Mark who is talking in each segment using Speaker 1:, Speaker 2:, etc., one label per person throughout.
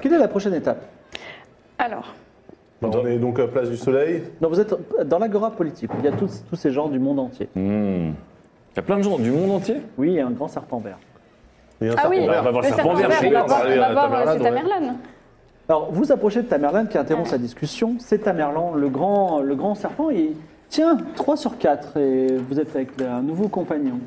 Speaker 1: Quelle est la prochaine étape
Speaker 2: Alors,
Speaker 3: Bon, on est donc à Place du Soleil.
Speaker 1: Donc vous êtes dans l'agora politique, où il y a tous, tous ces gens du monde entier.
Speaker 4: Il y a plein de gens du monde entier.
Speaker 1: Oui, il y a un grand serpent vert.
Speaker 3: Et un
Speaker 2: ah oui,
Speaker 3: serpent vert.
Speaker 4: on va voir
Speaker 2: le
Speaker 4: ça.
Speaker 2: serpent
Speaker 4: Bon,
Speaker 2: vert,
Speaker 4: je
Speaker 2: on
Speaker 4: vais
Speaker 2: va voir,
Speaker 3: parler
Speaker 2: on va
Speaker 3: à
Speaker 2: voir,
Speaker 3: Tamerlan,
Speaker 2: c'est
Speaker 3: ouais.
Speaker 2: Tamerlan.
Speaker 1: Alors vous approchez de Tamerlan qui interrompt sa discussion. C'est Tamerlan, le grand, le grand serpent. Et tiens, 3 sur 4, et vous êtes avec un nouveau compagnon.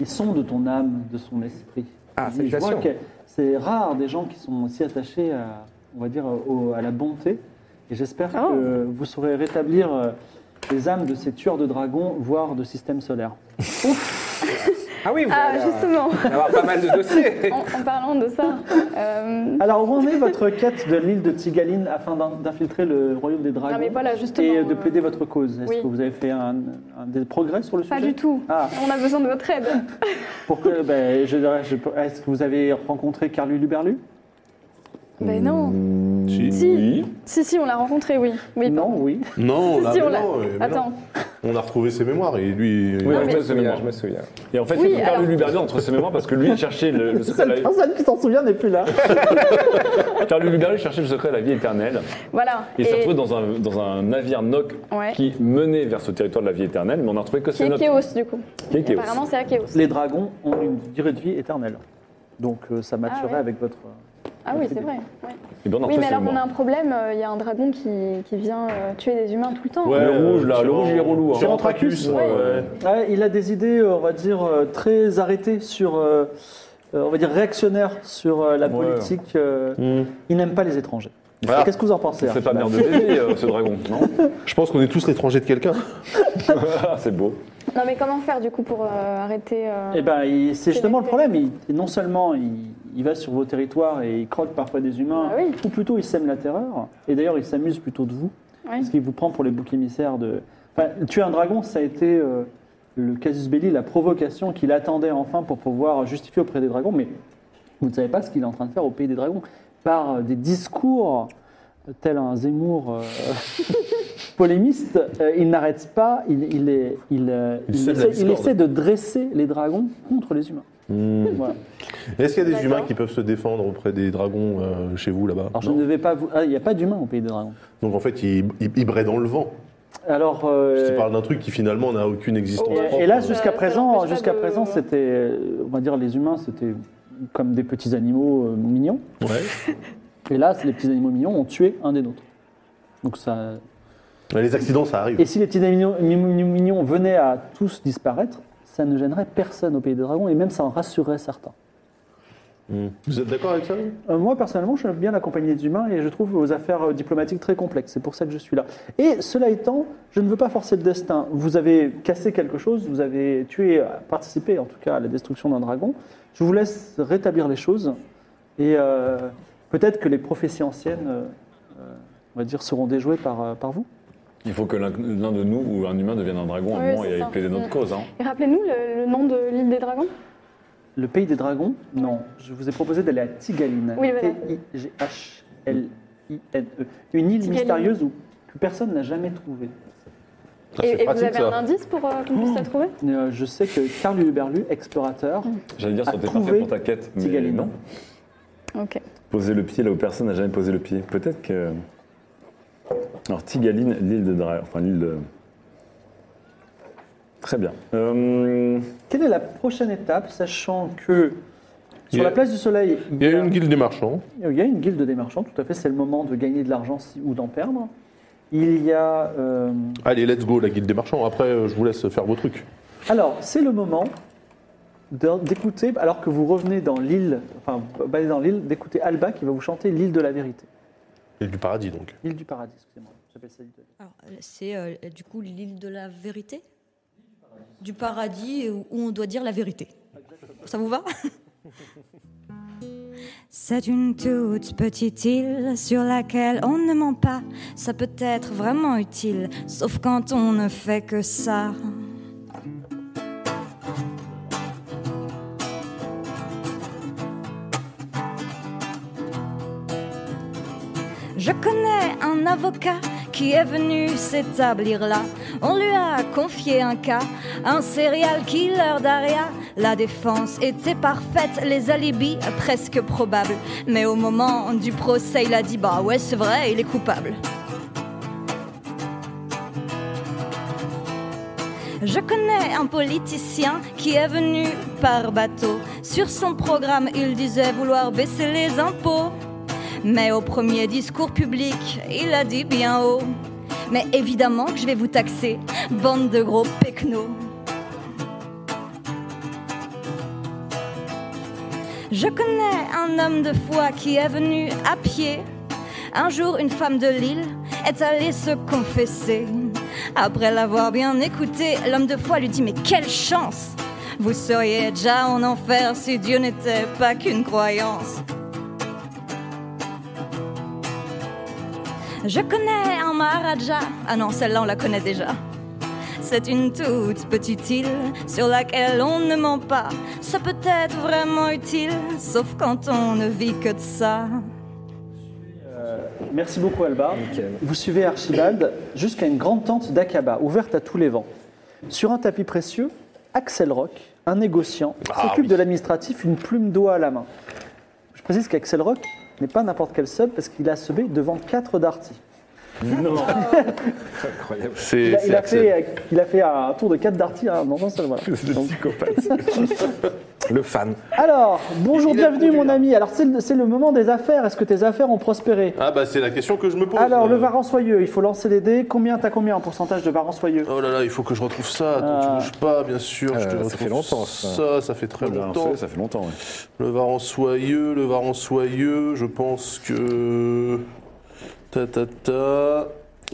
Speaker 1: Il sonde ton âme, de son esprit.
Speaker 5: Ah,
Speaker 1: Il dit, Je vois
Speaker 5: salutations.
Speaker 1: que c'est rare des gens qui sont aussi attachés à, on va dire, au- à la bonté. Et j'espère
Speaker 2: Oh.
Speaker 1: que vous saurez rétablir euh, les âmes de ces tueurs de dragons, voire de systèmes solaires.
Speaker 5: Ah oui, vous
Speaker 2: Ah,
Speaker 5: allez, euh,
Speaker 2: justement,
Speaker 5: avoir pas mal de dossiers.
Speaker 2: en, en parlant de ça, euh,
Speaker 1: Alors, où en est votre quête de l'île de Tigaline afin d'in- d'infiltrer le royaume des dragons
Speaker 2: Non, mais voilà, justement,
Speaker 1: et de
Speaker 2: euh,
Speaker 1: plaider votre cause Est-ce
Speaker 2: oui.
Speaker 1: que vous avez fait un, un- des progrès sur le sujet
Speaker 2: pas du tout.
Speaker 1: Ah,
Speaker 2: On a besoin de votre aide.
Speaker 1: pour que, ben, je dirais, je- est-ce que vous avez rencontré Carlu Luberlu
Speaker 2: Mais Ben non.
Speaker 3: Si.
Speaker 2: Si. Si, si, on l'a rencontré, oui. oui
Speaker 1: Non, oui.
Speaker 3: Non,
Speaker 2: Si,
Speaker 3: là,
Speaker 2: si,
Speaker 3: mais
Speaker 2: on l'a.
Speaker 3: non, euh, mais non.
Speaker 2: Attends.
Speaker 3: On a retrouvé ses mémoires et lui.
Speaker 4: Oui,
Speaker 3: il-
Speaker 4: mais-
Speaker 5: je, me souviens, je me souviens.
Speaker 4: Et en fait,
Speaker 2: Oui,
Speaker 4: il faut faire
Speaker 2: alors-
Speaker 4: le Luberlu entre ses mémoires parce que lui, il cherchait le, le secret.
Speaker 1: La
Speaker 4: de la
Speaker 1: seule
Speaker 4: vie.
Speaker 1: personne qui s'en souvient n'est plus là.
Speaker 4: Car le Luberlu cherchait le secret de la vie éternelle.
Speaker 2: Voilà.
Speaker 4: Et il s'est retrouvé dans un, dans un navire Noc
Speaker 2: Ouais.
Speaker 4: qui menait vers ce territoire de la vie éternelle, mais on n'a retrouvé que
Speaker 2: qui
Speaker 4: ses
Speaker 2: est
Speaker 4: notes.
Speaker 2: Chaos, du coup.
Speaker 4: Qui est Chaos.
Speaker 2: Apparemment, c'est à Chaos.
Speaker 1: Les dragons ont une durée de vie éternelle. Donc, euh, ça matcherait
Speaker 2: ouais.
Speaker 1: avec votre.
Speaker 2: Ah oui, c'est vrai. ouais.
Speaker 4: Et ben, on a
Speaker 2: Oui,
Speaker 4: retrouvé
Speaker 2: mais
Speaker 4: ses
Speaker 2: alors, on a
Speaker 4: mémoires.
Speaker 2: un problème. euh, Il y a un dragon qui, qui vient euh, tuer des humains tout le temps.
Speaker 3: Ouais,
Speaker 4: Le rouge, là,
Speaker 3: euh,
Speaker 4: le rouge, il est relou, hein.
Speaker 3: Tyrantracus,
Speaker 4: Ouais.
Speaker 3: ouais.
Speaker 1: Ouais, il a des idées, euh, on va dire, euh, très arrêtées sur, euh, euh, on va dire, réactionnaires sur euh, la
Speaker 4: Ouais.
Speaker 1: politique. euh, Il n'aime pas les étrangers.
Speaker 4: Ah.
Speaker 1: Qu'est-ce que vous en pensez
Speaker 4: C'est pas
Speaker 1: Archibald
Speaker 4: merde de bébé, euh, ce dragon, non
Speaker 3: Je pense qu'on est tous l'étranger de quelqu'un.
Speaker 4: Ah, C'est beau.
Speaker 2: Non, mais comment faire, du coup, pour euh, arrêter. euh,
Speaker 1: Eh ben, il- c'est justement le
Speaker 2: les-
Speaker 1: problème. Il- non seulement il, il va sur vos territoires et il croque parfois des humains,
Speaker 2: Ah oui.
Speaker 1: ou plutôt il sème la terreur. Et d'ailleurs, il s'amuse plutôt de vous,
Speaker 2: ouais.
Speaker 1: parce qu'il vous prend pour les boucs émissaires de. Enfin, tuer un dragon, ça a été euh, le casus belli, la provocation qu'il attendait enfin pour pouvoir justifier auprès des dragons. Mais vous ne savez pas ce qu'il est en train de faire au pays des dragons par euh, des discours euh, tel un Zemmour. euh, Polémiste, euh, il n'arrête pas, il, il est- il, euh,
Speaker 3: Il
Speaker 1: il
Speaker 3: sème la
Speaker 1: essaie, il
Speaker 3: discorde.
Speaker 1: essaie de dresser les dragons contre les humains. Voilà.
Speaker 3: Est-ce qu'il y a des
Speaker 2: D'accord.
Speaker 3: humains qui peuvent se défendre auprès des dragons euh, chez vous là-bas
Speaker 1: Alors je
Speaker 3: Non.
Speaker 1: ne vais pas vous. Ah, il n'y a pas d'humains au pays des dragons.
Speaker 3: Donc en fait, ils il, il braient dans le vent.
Speaker 1: Alors. euh,
Speaker 3: Je te parle d'un truc qui finalement n'a aucune existence.
Speaker 2: Ouais.
Speaker 1: et,
Speaker 3: propre.
Speaker 1: et là,
Speaker 2: Euh, Ça-
Speaker 1: jusqu'à
Speaker 2: ça
Speaker 1: présent,
Speaker 2: n'empêche pas
Speaker 1: jusqu'à
Speaker 2: de-
Speaker 1: présent, c'était, euh, on va dire, les humains, c'était comme des petits animaux euh, mignons.
Speaker 3: Ouais.
Speaker 1: Et là, c'est les petits animaux mignons ont tué un des nôtres. Donc ça.
Speaker 3: Mais Les accidents, ça arrive.
Speaker 1: Et si les petits animaux mignons, mignons venaient à tous disparaître, ça ne gênerait personne au pays des dragons et même ça en rassurerait certains.
Speaker 3: Vous êtes d'accord avec ça
Speaker 1: Euh, Moi, personnellement, je suis bien la compagnie des humains et je trouve vos affaires euh, diplomatiques très complexes. C'est pour ça que je suis là. Et cela étant, je ne veux pas forcer le destin. Vous avez cassé quelque chose, vous avez tué, euh, participé en tout cas à la destruction d'un dragon. Je vous laisse rétablir les choses et euh, peut-être que les prophéties anciennes, euh, euh, on va dire, seront déjouées par, euh, par vous.
Speaker 4: Il faut que l'un l'un de nous ou un humain devienne un dragon à un
Speaker 2: Ouais,
Speaker 4: moment
Speaker 2: c'est
Speaker 4: et
Speaker 2: ça.
Speaker 4: aille plaider notre
Speaker 2: Mm.
Speaker 4: cause. hein.
Speaker 2: Et rappelez-nous le, le nom de l'île des dragons
Speaker 1: Le pays des dragons Non, je vous ai proposé d'aller à Tigaline.
Speaker 2: Oui, voilà.
Speaker 1: T-I-G-H-L-I-N-E. Une île
Speaker 2: Tigaline.
Speaker 1: mystérieuse où que personne n'a jamais trouvée.
Speaker 3: Ça,
Speaker 2: Et,
Speaker 3: C'est
Speaker 2: et vous
Speaker 3: pratique
Speaker 2: avez un
Speaker 3: ça.
Speaker 2: indice pour euh, qu'on puisse la trouver
Speaker 1: Euh, Je sais que Carl Huberlu, explorateur,
Speaker 2: Mm.
Speaker 4: J'allais dire,
Speaker 1: À
Speaker 4: ça aurait été
Speaker 1: trouver
Speaker 4: parfait pour ta quête, mais
Speaker 1: Tigaline.
Speaker 4: non.
Speaker 2: Ok.
Speaker 4: Poser le pied là où personne n'a jamais posé le pied. Peut-être que. Alors, Tigaline, l'île de Dra... Enfin, l'île de. Très bien. Euh,
Speaker 1: quelle est la prochaine étape, sachant que
Speaker 3: Il y
Speaker 1: sur
Speaker 3: a-
Speaker 1: la place du Soleil,
Speaker 3: Il y a une guilde des marchands.
Speaker 1: il y a une guilde des marchands, tout à fait, c'est le moment de gagner de l'argent si- ou d'en perdre. Il y a... euh,
Speaker 3: Allez, let's go, la guilde des marchands. Après, euh, je vous laisse faire vos trucs.
Speaker 1: Alors, c'est le moment de- d'écouter, alors que vous revenez dans l'île, enfin, basé dans l'île, d'écouter Alba qui va vous chanter l'île de la vérité.
Speaker 3: Et du paradis, donc.
Speaker 1: L'île du paradis, excusez-moi. J'appelle ça l'île de la vérité.
Speaker 6: Alors, euh, c'est euh, du coup l'île de la vérité Du paradis euh, où on doit dire la vérité. Ça vous va C'est une toute petite île sur laquelle on ne ment pas. Ça peut être vraiment utile, sauf quand on ne fait que ça. Je connais un avocat qui est venu s'établir là. On lui a confié un cas, un serial killer d'Aria. La défense était parfaite, les alibis presque probables. Mais au moment du procès, il a dit Bah ouais, c'est vrai, il est coupable. Je connais un politicien qui est venu par bateau. Sur son programme, il disait vouloir baisser les impôts. Mais au premier discours public, il a dit bien haut. Mais évidemment que je vais vous taxer, bande de gros pecnos. Je connais un homme de foi qui est venu à pied. Un jour, une femme de Lille est allée se confesser. Après l'avoir bien écouté, l'homme de foi lui dit Mais quelle chance Vous seriez déjà en enfer si Dieu n'était pas qu'une croyance. Je connais un Maharaja. Ah non, celle-là, on la connaît déjà. C'est une toute petite île sur laquelle on ne ment pas. Ça peut être vraiment utile, sauf quand on ne vit que de ça.
Speaker 1: Merci beaucoup, Alba. Vous suivez Archibald jusqu'à une grande tente d'Akaba, ouverte à tous les vents. Sur un tapis précieux, Axel Rock, un négociant, s'occupe de l'administratif, une plume d'oie à la main. Je précise qu'Axel Rock n'est pas n'importe quel sub parce qu'il a subé devant quatre darty.
Speaker 5: Incroyable.
Speaker 1: Il
Speaker 3: C'est
Speaker 1: a, il
Speaker 3: c'est
Speaker 1: a
Speaker 3: Axel.
Speaker 1: fait, euh, il a fait un tour de quatre darty à un moment seul. Voilà.
Speaker 4: Le psychopathe.
Speaker 5: Le fan.
Speaker 1: Alors, bonjour,
Speaker 3: Il a
Speaker 1: bienvenue
Speaker 3: conduit,
Speaker 1: mon
Speaker 3: là.
Speaker 1: ami. Alors c'est le, c'est le moment des affaires. Est-ce que tes affaires ont prospéré
Speaker 3: Ah, bah, c'est la question que je me pose.
Speaker 1: Alors, le
Speaker 3: Euh,
Speaker 1: varan soyeux, il faut lancer les dés. Combien t'as combien en pourcentage de varan soyeux
Speaker 3: Oh là là, il faut que je retrouve ça. Attends,
Speaker 1: Ah.
Speaker 3: tu bouges pas, bien sûr. je
Speaker 5: Euh,
Speaker 3: te
Speaker 5: ça
Speaker 3: retrouve
Speaker 5: fait longtemps, ça.
Speaker 3: Ça, ça fait
Speaker 4: Ah,
Speaker 3: très longtemps.
Speaker 4: Ça fait longtemps. ouais.
Speaker 3: Le Varan soyeux, le Varan soyeux, je pense que. Ta ta ta.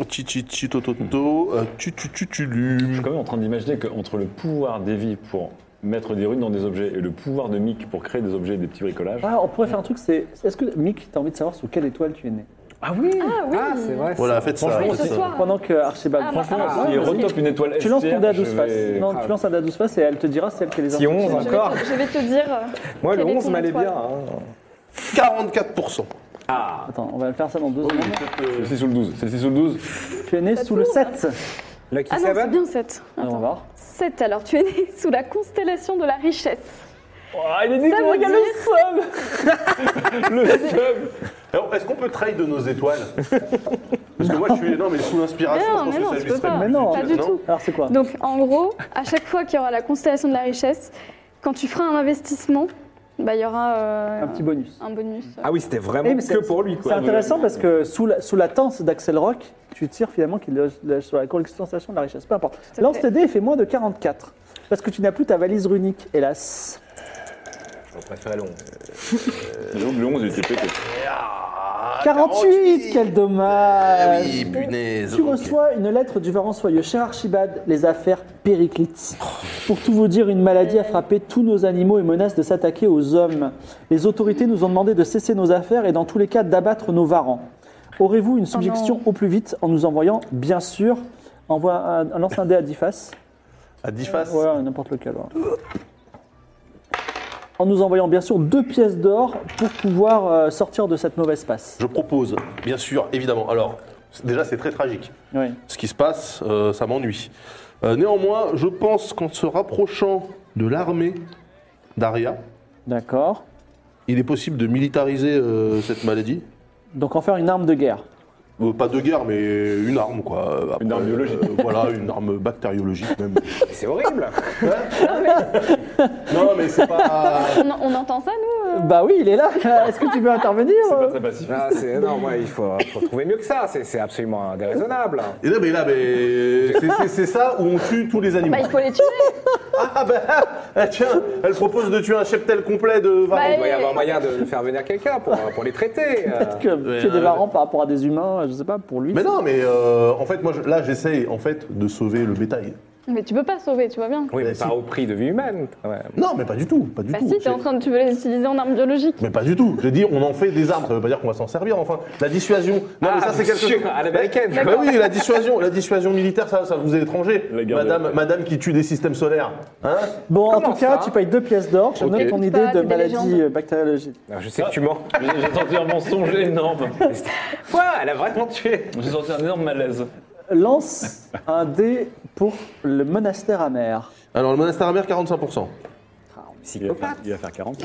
Speaker 3: Chi chi chi to to to. Euh, Tu tu tu tu
Speaker 4: Je
Speaker 3: lu.
Speaker 4: suis quand même en train d'imaginer qu'entre le pouvoir d'Evie pour mettre des runes dans des objets et le pouvoir de Mick pour créer des objets et des petits bricolages.
Speaker 1: Ah, on pourrait faire un truc, c'est. Est-ce que, Mick, t'as envie de savoir sous quelle étoile tu es né
Speaker 4: Ah oui
Speaker 2: Ah oui
Speaker 5: Ah, c'est vrai.
Speaker 3: Voilà, faites ça.
Speaker 2: Oui,
Speaker 3: faites
Speaker 2: ce
Speaker 3: ça.
Speaker 2: soir.
Speaker 1: Pendant que Archibald.
Speaker 2: Ah,
Speaker 1: franchement,
Speaker 5: bah, ah,
Speaker 1: ouais,
Speaker 4: Si
Speaker 1: vas-y.
Speaker 4: retope une étoile
Speaker 1: tu lances
Speaker 4: STR,
Speaker 1: ton dé à
Speaker 4: je
Speaker 1: 12 faces.
Speaker 4: vais-
Speaker 1: Non,
Speaker 5: Ah.
Speaker 1: tu lances un dé à 12 faces et elle te dira c'est elle qui les a
Speaker 5: Si
Speaker 1: lancés.
Speaker 5: 11,
Speaker 2: Je vais
Speaker 5: encore.
Speaker 2: te- Je vais te dire. euh,
Speaker 5: Moi, le
Speaker 2: quelle est
Speaker 5: 11
Speaker 2: ton
Speaker 5: m'allait
Speaker 2: étoile
Speaker 5: bien. hein.
Speaker 3: 44%.
Speaker 4: Ah
Speaker 1: Attends, on va faire ça dans deux
Speaker 3: Oh,
Speaker 1: secondes.
Speaker 3: mais peut-être, euh,
Speaker 4: Celle-ci sous le 12. Celle-ci sous le 12.
Speaker 1: Tu es né sous le 7.
Speaker 5: Lucky
Speaker 2: Ah non, c'est
Speaker 5: Seven.
Speaker 2: bien 7.
Speaker 1: Alors, on va voir.
Speaker 2: 7 alors, tu es né sous la constellation de la richesse.
Speaker 4: Ah, il est né
Speaker 2: Ça
Speaker 4: pour
Speaker 2: veut
Speaker 4: regarder
Speaker 2: dire-
Speaker 4: le seum
Speaker 3: Alors, Est-ce qu'on peut trade de nos étoiles Parce que moi, je suis. Non, mais sous l'inspiration,
Speaker 2: Mais non,
Speaker 3: je pense
Speaker 2: mais non,
Speaker 3: que ça
Speaker 2: tu
Speaker 3: lui
Speaker 2: peux
Speaker 3: serait
Speaker 2: pas.
Speaker 3: plus
Speaker 1: Mais non,
Speaker 3: utile,
Speaker 2: pas du tout.
Speaker 1: Alors, c'est quoi
Speaker 2: Donc en gros, à chaque fois qu'il y aura la constellation de la richesse, quand tu feras un investissement, bah, il y aura euh,
Speaker 1: Un petit bonus.
Speaker 2: un bonus.
Speaker 5: Ah oui, c'était
Speaker 1: Eh,
Speaker 5: vraiment
Speaker 1: mais c'est-
Speaker 5: que pour lui.
Speaker 1: C'est
Speaker 5: quoi. euh,
Speaker 1: intéressant parce que sous la, sous la tente d'Axel Rock, tu tires finalement qu'il loge- loge sur la constellation de la richesse. Peu importe.
Speaker 2: à
Speaker 1: Lance
Speaker 2: fait.
Speaker 1: tes dés et fais moins de 44. Parce que tu n'as plus ta valise runique, hélas.
Speaker 5: On préfère aller
Speaker 4: Donc le 11, il était pété.
Speaker 3: Ah,
Speaker 1: 48, quel
Speaker 3: Ah
Speaker 5: Eh
Speaker 1: dommage
Speaker 3: oui, punaise.
Speaker 1: Tu
Speaker 3: ok.
Speaker 1: reçois une lettre du Varan Soyeux. Cher Archibald, les affaires périclites. Pour tout vous dire, une maladie a frappé tous nos animaux et menace de s'attaquer aux hommes. Les autorités nous ont demandé de cesser nos affaires et dans tous les cas d'abattre nos varans. Aurez-vous une subjection au plus vite en nous envoyant, bien sûr, envoie un, un- lance un dé à 10 faces.
Speaker 3: À 10 faces.
Speaker 1: Voilà, n'importe lequel. voilà. En nous envoyant, bien sûr, deux pièces d'or pour pouvoir euh, sortir de cette mauvaise passe.
Speaker 3: Je propose, bien sûr, évidemment. Alors, c'est- déjà, c'est très tragique.
Speaker 1: Oui.
Speaker 3: ce qui se passe, euh, ça m'ennuie. Euh, néanmoins, je pense qu'en se rapprochant de l'armée d'Aria,
Speaker 1: D'accord.
Speaker 3: il est possible de militariser euh, cette maladie.
Speaker 1: Donc en faire une arme de guerre.
Speaker 3: Euh, pas de guerre, mais une arme, quoi. Euh, après,
Speaker 4: Une arme biologique.
Speaker 3: euh, voilà, une arme bactériologique, même.
Speaker 5: C'est horrible.
Speaker 3: non, mais c'est pas.
Speaker 2: On, on entend ça, nous euh
Speaker 1: Bah oui, il est là. Est-ce que tu veux intervenir euh,
Speaker 4: Pas très passif.
Speaker 5: Ah, c'est- non, moi, il faut, faut trouver mieux que ça. C'est c'est absolument déraisonnable.
Speaker 3: Et là, mais là, mais. c'est- c'est- C'est ça où on tue tous les animaux.
Speaker 2: Bah, il faut les tuer.
Speaker 3: Ah, bah, Ah, tiens, elle propose de tuer un cheptel complet de
Speaker 2: Bah,
Speaker 3: varans.
Speaker 5: Il doit y avoir moyen de faire venir quelqu'un pour, pour les traiter. euh.
Speaker 1: Peut-être que
Speaker 3: ouais,
Speaker 1: tuer des
Speaker 3: ouais.
Speaker 1: varans par rapport à des humains, je sais pas, pour lui.
Speaker 3: Mais
Speaker 1: c'est-
Speaker 3: non, mais euh, en fait, moi, je- là, j'essaye en fait de sauver le bétail.
Speaker 2: Mais tu peux pas sauver, tu vois bien.
Speaker 5: Oui, mais
Speaker 3: Bah,
Speaker 5: pas
Speaker 3: si.
Speaker 5: au prix de vie humaine. Ouais.
Speaker 3: Non, mais pas du tout, pas du
Speaker 2: Bah
Speaker 3: tout.
Speaker 2: si, t'es
Speaker 3: J'ai-
Speaker 2: en train de, tu veux les utiliser en armes biologiques.
Speaker 3: Mais pas du tout. J'ai dit, on en fait des armes. Ça veut pas dire qu'on va s'en servir. Enfin, la dissuasion. Non, mais
Speaker 5: Ah,
Speaker 3: ça, c'est quelque
Speaker 5: monsieur,
Speaker 3: chose.
Speaker 5: à l'américaine.
Speaker 3: Bah oui, la dissuasion, la dissuasion militaire, ça, ça vous est étranger.
Speaker 4: La guerre
Speaker 3: Madame,
Speaker 4: de-
Speaker 3: madame qui tue des systèmes solaires. Hein
Speaker 1: Bon, en
Speaker 5: Comment
Speaker 1: tout cas,
Speaker 5: ça
Speaker 1: tu payes deux pièces d'or. Je
Speaker 3: Ok.
Speaker 1: note ton
Speaker 2: C'est
Speaker 1: idée
Speaker 2: pas-
Speaker 1: de
Speaker 2: c'est des
Speaker 1: maladie
Speaker 2: légendes.
Speaker 1: euh, bactériologique.
Speaker 5: Non, Je sais que tu mens.
Speaker 4: J'ai senti un mensonge énorme.
Speaker 5: Quoi Elle a vraiment tué
Speaker 4: J'ai senti un énorme malaise.
Speaker 1: Lance un dé pour le monastère amer.
Speaker 3: Alors, le monastère amer, 45%.
Speaker 4: Il va, faire, il va faire 40.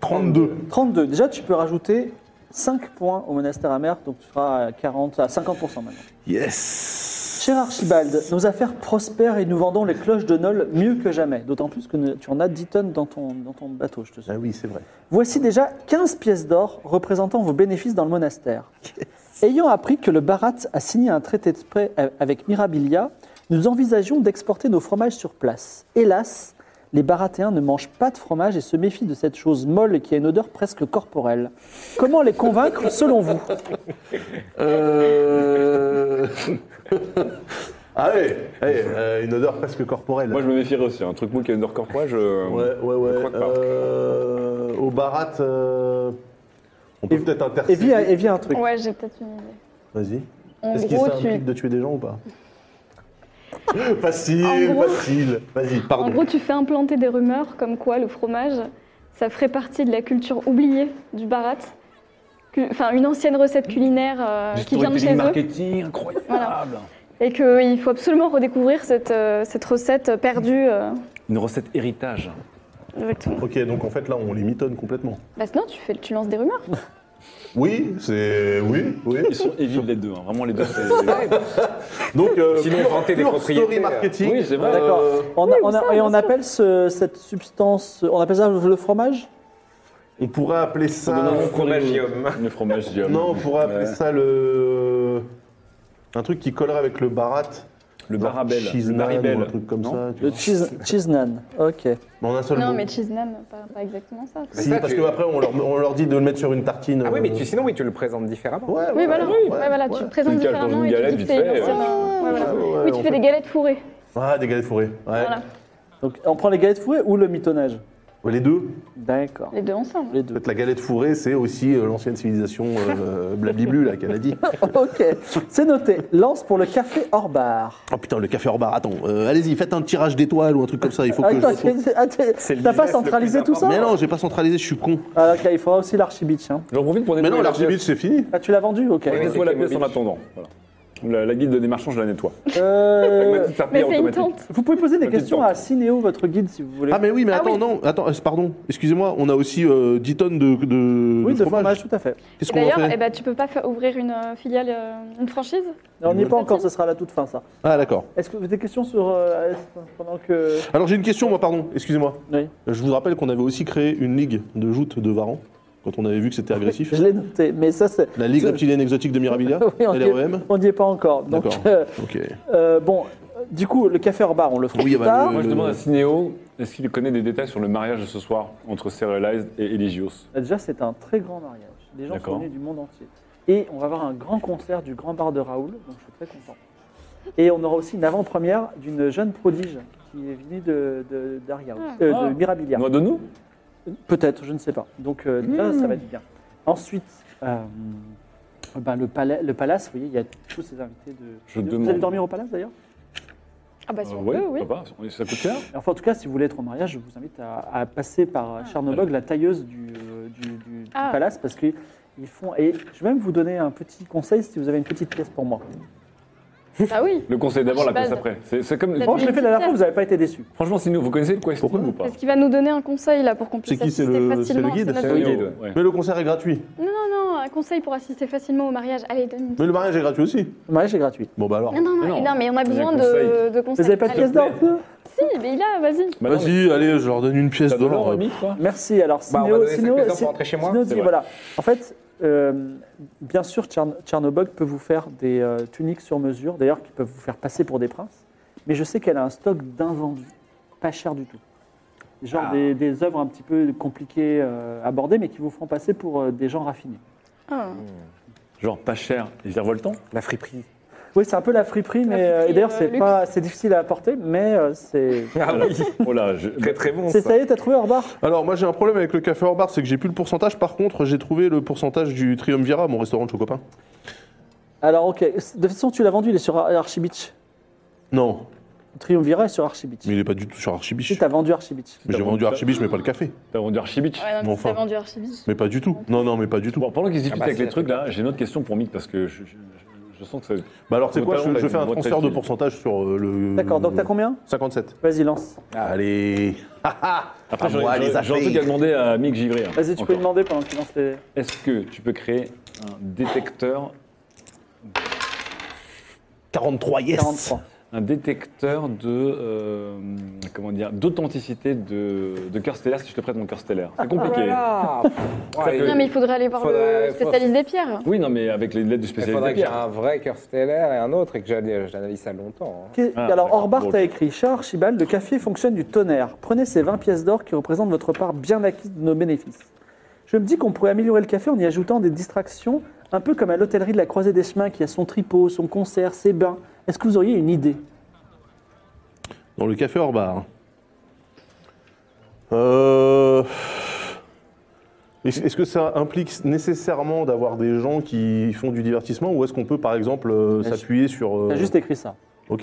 Speaker 3: 32.
Speaker 1: 32. Déjà, tu peux rajouter 5 points au monastère amer, donc tu seras à 40 à 50% maintenant.
Speaker 3: Yes.
Speaker 1: Cher Archibald, nos affaires prospèrent et nous vendons les cloches de Nol mieux que jamais, d'autant plus que ne- tu en as 10 tonnes dans ton, dans ton bateau, je te souviens.
Speaker 3: Ah oui, c'est vrai.
Speaker 1: Voici déjà 15 pièces d'or représentant vos bénéfices dans le monastère. Ayant appris que le Barat a signé un traité de paix a- avec Mirabilia, nous envisagions d'exporter nos fromages sur place. Hélas, les Baratéens ne mangent pas de fromage et se méfient de cette chose molle qui a une odeur presque corporelle. Comment les convaincre selon vous
Speaker 3: Euh... ah ouais, ouais, euh, une odeur presque corporelle.
Speaker 4: Moi, je me méfierais aussi. hein. Un truc mou qui est hors corps, moi, je.
Speaker 3: Ouais, ouais,
Speaker 4: je
Speaker 3: ouais.
Speaker 4: crois que pas.
Speaker 3: euh, au barat, euh, on peut
Speaker 1: Et-
Speaker 3: peut-être intercéder.
Speaker 1: Evie a, Evie a un truc.
Speaker 2: Ouais, j'ai peut-être une idée.
Speaker 3: Vas-y.
Speaker 2: En
Speaker 3: Est-ce que
Speaker 2: gros,
Speaker 3: ça
Speaker 2: tu,
Speaker 3: implique de tuer des gens ou pas Facile,
Speaker 2: En gros-
Speaker 3: facile. Vas-y,
Speaker 2: en
Speaker 3: pardon.
Speaker 2: gros, tu fais implanter des rumeurs comme quoi le fromage, ça ferait partie de la culture oubliée du barat. Que- Enfin, une ancienne recette culinaire euh, qui vient de chez eux.
Speaker 4: marketing incroyable.
Speaker 2: Voilà. Et qu'il faut absolument redécouvrir cette, euh, cette recette perdue. euh,
Speaker 4: Une recette héritage.
Speaker 2: exactement.
Speaker 3: Ok, donc en fait là, on les mitonne complètement.
Speaker 2: Bah sinon, tu, fais, tu lances des rumeurs.
Speaker 3: Oui, c'est. Oui, oui.
Speaker 4: Ils sont éviles les deux. hein. Vraiment, les deux. c'est-
Speaker 3: Donc, euh,
Speaker 5: Sinon,
Speaker 3: pure-
Speaker 5: vanter des
Speaker 3: pure
Speaker 5: propriétés,
Speaker 3: story
Speaker 5: euh.
Speaker 3: marketing.
Speaker 4: Oui, c'est vrai. Euh,
Speaker 1: D'accord. On, a-
Speaker 2: Euh, oui,
Speaker 1: on a-
Speaker 2: ça,
Speaker 1: et
Speaker 2: bien
Speaker 1: on
Speaker 2: sûr.
Speaker 1: appelle ce- cette substance, on appelle ça le fromage
Speaker 3: On pourrait appeler ça.
Speaker 4: donne un nom
Speaker 5: Fromagium.
Speaker 4: Le fromage du homme.
Speaker 3: Non, on pourrait appeler
Speaker 4: Ouais.
Speaker 3: ça le. Un truc qui collerait avec le barat.
Speaker 4: Le barabel.
Speaker 3: Cheese
Speaker 4: Le
Speaker 3: naan
Speaker 4: baribel.
Speaker 3: ou un truc comme
Speaker 4: Non
Speaker 3: ça. tu
Speaker 1: Le
Speaker 3: vois.
Speaker 1: cheese, cheese naan. Ok.
Speaker 3: Mais en un seul
Speaker 2: Non,
Speaker 3: mot.
Speaker 2: mais cheese naan, pas, pas exactement ça.
Speaker 3: Si,
Speaker 5: Mais ça,
Speaker 3: parce
Speaker 5: tu-
Speaker 3: qu'après, on leur, on leur dit de le mettre sur une tartine.
Speaker 5: Ah oui,
Speaker 3: euh,
Speaker 5: mais tu, sinon, oui, tu le présentes différemment.
Speaker 3: Ouais,
Speaker 2: Oui,
Speaker 3: ouais,
Speaker 2: voilà,
Speaker 3: ouais,
Speaker 2: ouais, voilà
Speaker 3: Ah ouais.
Speaker 2: tu le présentes
Speaker 4: Tu le caches dans
Speaker 2: différemment
Speaker 4: une
Speaker 2: et tu
Speaker 4: galette,
Speaker 2: dis que
Speaker 4: vite
Speaker 2: c'est une
Speaker 4: fait,
Speaker 2: ancienne,
Speaker 3: ouais.
Speaker 2: euh, ouais, voilà.
Speaker 3: Ouais, ouais,
Speaker 2: Oui, tu
Speaker 3: on
Speaker 2: fais
Speaker 3: fait-
Speaker 2: des galettes fourrées.
Speaker 3: Ah, des galettes fourrées. Ouais.
Speaker 2: Voilà,
Speaker 1: Donc on prend les galettes fourrées ou le mitonnage
Speaker 3: Ouais, Les deux.
Speaker 1: D'accord.
Speaker 2: les deux ensemble.
Speaker 1: Les
Speaker 3: En
Speaker 1: deux.
Speaker 3: fait, la galette fourrée, c'est aussi euh, l'ancienne civilisation euh, Blabiblu, là, qu'elle a dit.
Speaker 1: ok, c'est noté. Lance pour le café hors bar.
Speaker 3: Oh putain, le café hors bar, attends. euh, Allez-y, faites un tirage d'étoiles ou un truc comme ça, il faut que je
Speaker 1: Attends,
Speaker 3: retrouve.
Speaker 1: ah, t'es-
Speaker 5: C'est le
Speaker 1: T'as pas
Speaker 5: business le
Speaker 1: centralisé
Speaker 5: plus
Speaker 1: tout ça
Speaker 3: Mais non, j'ai pas centralisé, je suis con.
Speaker 1: Ah, ok, il faudra aussi l'archibitch. Hein.
Speaker 4: J'en profite pour
Speaker 3: Mais non,
Speaker 4: nettoyer
Speaker 3: l'archibald, c'est fini.
Speaker 1: Ah, tu l'as vendu Ok.
Speaker 4: On
Speaker 5: Oui,
Speaker 4: nettoie la
Speaker 5: c'est
Speaker 4: pièce en
Speaker 5: mobile.
Speaker 4: attendant. Voilà. La, la guide des marchands, je la nettoie.
Speaker 1: Euh,
Speaker 4: Automatique, ça
Speaker 2: Mais
Speaker 4: paye
Speaker 2: c'est une
Speaker 4: automatique.
Speaker 2: tente.
Speaker 1: vous pouvez poser des
Speaker 4: La petite
Speaker 1: questions
Speaker 4: tente.
Speaker 1: à Cinéo, votre guide, si vous voulez.
Speaker 3: Ah, mais oui, mais
Speaker 2: Ah
Speaker 3: attends,
Speaker 2: oui.
Speaker 3: non, attends, euh, pardon, excusez-moi, on a aussi euh, 10 tonnes de, de,
Speaker 1: oui,
Speaker 3: de
Speaker 1: de fromage. tout à fait.
Speaker 3: Qu'est-ce qu'on en
Speaker 2: D'ailleurs, eh
Speaker 3: fait
Speaker 2: ben, tu peux pas faire ouvrir une euh, filiale, euh, une franchise
Speaker 1: On n'y est pas
Speaker 2: Merci.
Speaker 1: encore, ce sera à la toute fin, ça.
Speaker 3: Ah, d'accord.
Speaker 1: Est-ce que vous avez des questions sur. euh, pendant que.
Speaker 3: Alors, j'ai une question, moi, pardon, excusez-moi.
Speaker 1: Oui.
Speaker 3: Je vous rappelle qu'on avait aussi créé une ligue de joutes de varans, quand on avait vu que c'était agressif.
Speaker 1: Je l'ai noté, mais ça, c'est.
Speaker 3: La ligue reptilienne exotique de Mirabilia,
Speaker 1: Oui, on y est-
Speaker 3: LREM.
Speaker 1: on n'y est pas encore. Donc,
Speaker 3: D'accord.
Speaker 1: euh,
Speaker 3: Ok.
Speaker 1: euh, bon, euh, du coup, le café hors bar, on le fera
Speaker 3: Oui,
Speaker 1: plus
Speaker 3: bah,
Speaker 1: tard.
Speaker 3: le-
Speaker 4: Moi, je demande à Cinéo, est-ce qu'il connaît des détails sur le mariage de ce soir entre Serialized et Eligios
Speaker 1: Ah, Déjà, c'est un très grand mariage. Des gens sont
Speaker 4: D'accord.
Speaker 1: venus du monde entier. Et on va avoir un grand concert du Grand Bar de Raoul, donc je suis très content. Et on aura aussi une avant-première d'une jeune prodige qui est venue de, de, d'Aria, euh,
Speaker 4: Ah.
Speaker 1: de Mirabilia.
Speaker 4: Noix de nous
Speaker 1: Peut-être, je ne sais pas. Donc euh, déjà, ça va être bien. Ensuite, euh, ben, le, palais, le palace, vous voyez, il y a tous ces invités de...
Speaker 4: Je
Speaker 1: vous
Speaker 4: demande.
Speaker 1: allez dormir au palace d'ailleurs
Speaker 2: Ah bah si
Speaker 4: Euh,
Speaker 2: on
Speaker 4: ouais,
Speaker 2: peut, oui.
Speaker 4: pourquoi pas. Ça coûte cher
Speaker 1: Enfin, en tout cas, si vous voulez être au mariage, je vous invite à, à passer par euh, Chernobog, la tailleuse du, euh, du- du- du
Speaker 2: Ah.
Speaker 1: palace, parce qu'ils font. Et je vais même vous donner un petit conseil si vous avez une petite pièce pour moi.
Speaker 2: Ah oui,
Speaker 4: Le conseil d'abord, la pièce
Speaker 2: Archibald.
Speaker 4: après. C'est c'est comme.
Speaker 2: La
Speaker 1: Bon, je l'ai fait la dernière
Speaker 2: pièce.
Speaker 1: fois, vous n'avez pas été déçu.
Speaker 4: Franchement, Cinéo, vous connaissez le questing ou pas
Speaker 2: parce qu'il va nous donner un conseil là pour qu'on puisse
Speaker 3: C'est qui, c'est
Speaker 2: assister
Speaker 3: le- c'est le
Speaker 2: facilement.
Speaker 3: guide
Speaker 2: notre
Speaker 4: Cinéo,
Speaker 2: guide.
Speaker 5: guide.
Speaker 4: ouais.
Speaker 3: Mais le concert est gratuit.
Speaker 2: Non, non, non, un conseil pour assister facilement au mariage. Allez, donne
Speaker 3: Mais le mariage est gratuit aussi.
Speaker 1: Le mariage est gratuit.
Speaker 3: Bon, bah alors.
Speaker 2: Ah Non, non, non,
Speaker 4: Non.
Speaker 2: non, mais on a besoin de,
Speaker 4: conseil.
Speaker 2: de conseils.
Speaker 1: Vous n'avez pas de
Speaker 2: Allez.
Speaker 1: pièce d'or vous
Speaker 2: Si, mais il a, vas-y.
Speaker 4: Bah non, mais
Speaker 3: Vas-y, allez, je leur donne une pièce
Speaker 4: T'as de l'or
Speaker 3: d'or.
Speaker 4: remis, toi
Speaker 1: Merci. Alors,
Speaker 5: Bah, on va
Speaker 1: Sinéo,
Speaker 5: donner cette
Speaker 1: Sinéo-
Speaker 5: pièce d'or
Speaker 1: Sin-
Speaker 5: pour rentrer chez moi.
Speaker 1: Sinéo
Speaker 5: C'est
Speaker 1: dit
Speaker 4: vrai.
Speaker 1: voilà. En fait, euh, bien sûr, Tchern- Tchernobog peut vous faire des euh, tuniques sur mesure, d'ailleurs, qui peuvent vous faire passer pour des princes. mais je sais qu'elle a un stock d'invendus, pas cher du tout. Genre
Speaker 5: Ah.
Speaker 1: des, des œuvres un petit peu compliquées euh, à aborder, mais qui vous feront passer pour euh, des gens raffinés.
Speaker 2: Ah.
Speaker 4: Genre pas cher et virevoltant
Speaker 5: La friperie.
Speaker 1: Oui, c'est un peu la friperie, mais euh,
Speaker 2: friperie,
Speaker 1: et d'ailleurs,
Speaker 2: euh,
Speaker 1: c'est
Speaker 2: luxe.
Speaker 1: pas, c'est difficile à apporter, mais euh, c'est.
Speaker 5: Ah oui,
Speaker 4: Oh là, je-
Speaker 5: très très bon.
Speaker 1: C'est
Speaker 5: Ça.
Speaker 1: ça y est, t'as trouvé Orbar
Speaker 3: Alors, moi, j'ai un problème avec le café hors bar, c'est que j'ai plus le pourcentage. Par contre, j'ai trouvé le pourcentage du Triumvirat, mon restaurant de Chocopin.
Speaker 1: Alors, ok. De toute façon, tu l'as vendu, il est sur Ar- Archibitch.
Speaker 3: Non,
Speaker 1: Triumvirat est sur Archibitch.
Speaker 3: mais il est pas du tout sur Archibich.
Speaker 1: Si, t'as vendu Archibitch.
Speaker 3: Mais J'ai vendu Archibich, mais pas le café.
Speaker 4: t'as vendu Archibitch.
Speaker 2: Ouais, non, mais
Speaker 3: Bon,
Speaker 2: si t'as
Speaker 3: enfin.
Speaker 2: vendu Archibis.
Speaker 3: Mais pas du tout. Non, non, mais pas du tout.
Speaker 4: Bon, pendant qu'ils discutent
Speaker 5: bah,
Speaker 4: avec
Speaker 5: c'est
Speaker 4: les
Speaker 5: la
Speaker 4: trucs là, j'ai une autre question pour Mick parce que je, je- je- je sens que ça.
Speaker 3: Bah alors, c'est
Speaker 4: Vos
Speaker 3: quoi
Speaker 4: talents,
Speaker 3: je, je
Speaker 4: là,
Speaker 3: fais un
Speaker 4: vos
Speaker 3: transfert de
Speaker 4: talents.
Speaker 3: pourcentage sur euh, le.
Speaker 1: D'accord, donc t'as combien
Speaker 3: 57.
Speaker 1: Vas-y, lance.
Speaker 3: Allez
Speaker 4: Après,
Speaker 3: À
Speaker 4: j'ai
Speaker 3: moi,
Speaker 4: j'ai-
Speaker 3: les
Speaker 4: j'ai un truc
Speaker 3: affaires.
Speaker 4: à demander à Mick Givry. hein,
Speaker 1: Vas-y, tu
Speaker 4: encore.
Speaker 1: peux demander pendant que tu lances les.
Speaker 4: Est-ce que tu peux créer un détecteur, Ah,
Speaker 3: 43, yes
Speaker 1: 43.
Speaker 4: un détecteur de euh, comment dire d'authenticité de, de cœur stellaire si je te prête mon cœur stellaire C'est compliqué.
Speaker 1: Ah,
Speaker 5: Voilà. Ouais,
Speaker 4: peut-
Speaker 2: Non, mais il faudrait aller voir
Speaker 5: Faudrait-
Speaker 2: le spécialiste des pierres.
Speaker 4: Oui, non, mais avec les lettres du
Speaker 5: Il
Speaker 4: spécialiste.
Speaker 5: faudrait
Speaker 4: des
Speaker 5: que j'ai
Speaker 4: pierres.
Speaker 5: un vrai cœur stellaire et un autre et que j'analyse j'analyse ça longtemps. hein.
Speaker 1: Ok,
Speaker 4: Ah,
Speaker 1: Alors,
Speaker 4: d'accord,
Speaker 1: Orbar
Speaker 4: drôle.
Speaker 1: t'a écrit Cher Archibald, le café fonctionne du tonnerre. Prenez ces 20 pièces d'or qui représentent votre part bien acquise de nos bénéfices. Je me dis qu'on pourrait améliorer le café en y ajoutant des distractions, un peu comme à l'hôtellerie de la Croisée des Chemins qui a son tripot, son concert, ses bains. Est-ce que vous auriez une idée
Speaker 3: Dans le café hors bar. Euh... Est-ce est-ce que ça implique nécessairement d'avoir des gens qui font du divertissement ou est-ce qu'on peut par exemple euh,
Speaker 1: Bah, je-
Speaker 3: s'appuyer sur... euh,
Speaker 1: T'as juste écrit ça.
Speaker 3: Ok.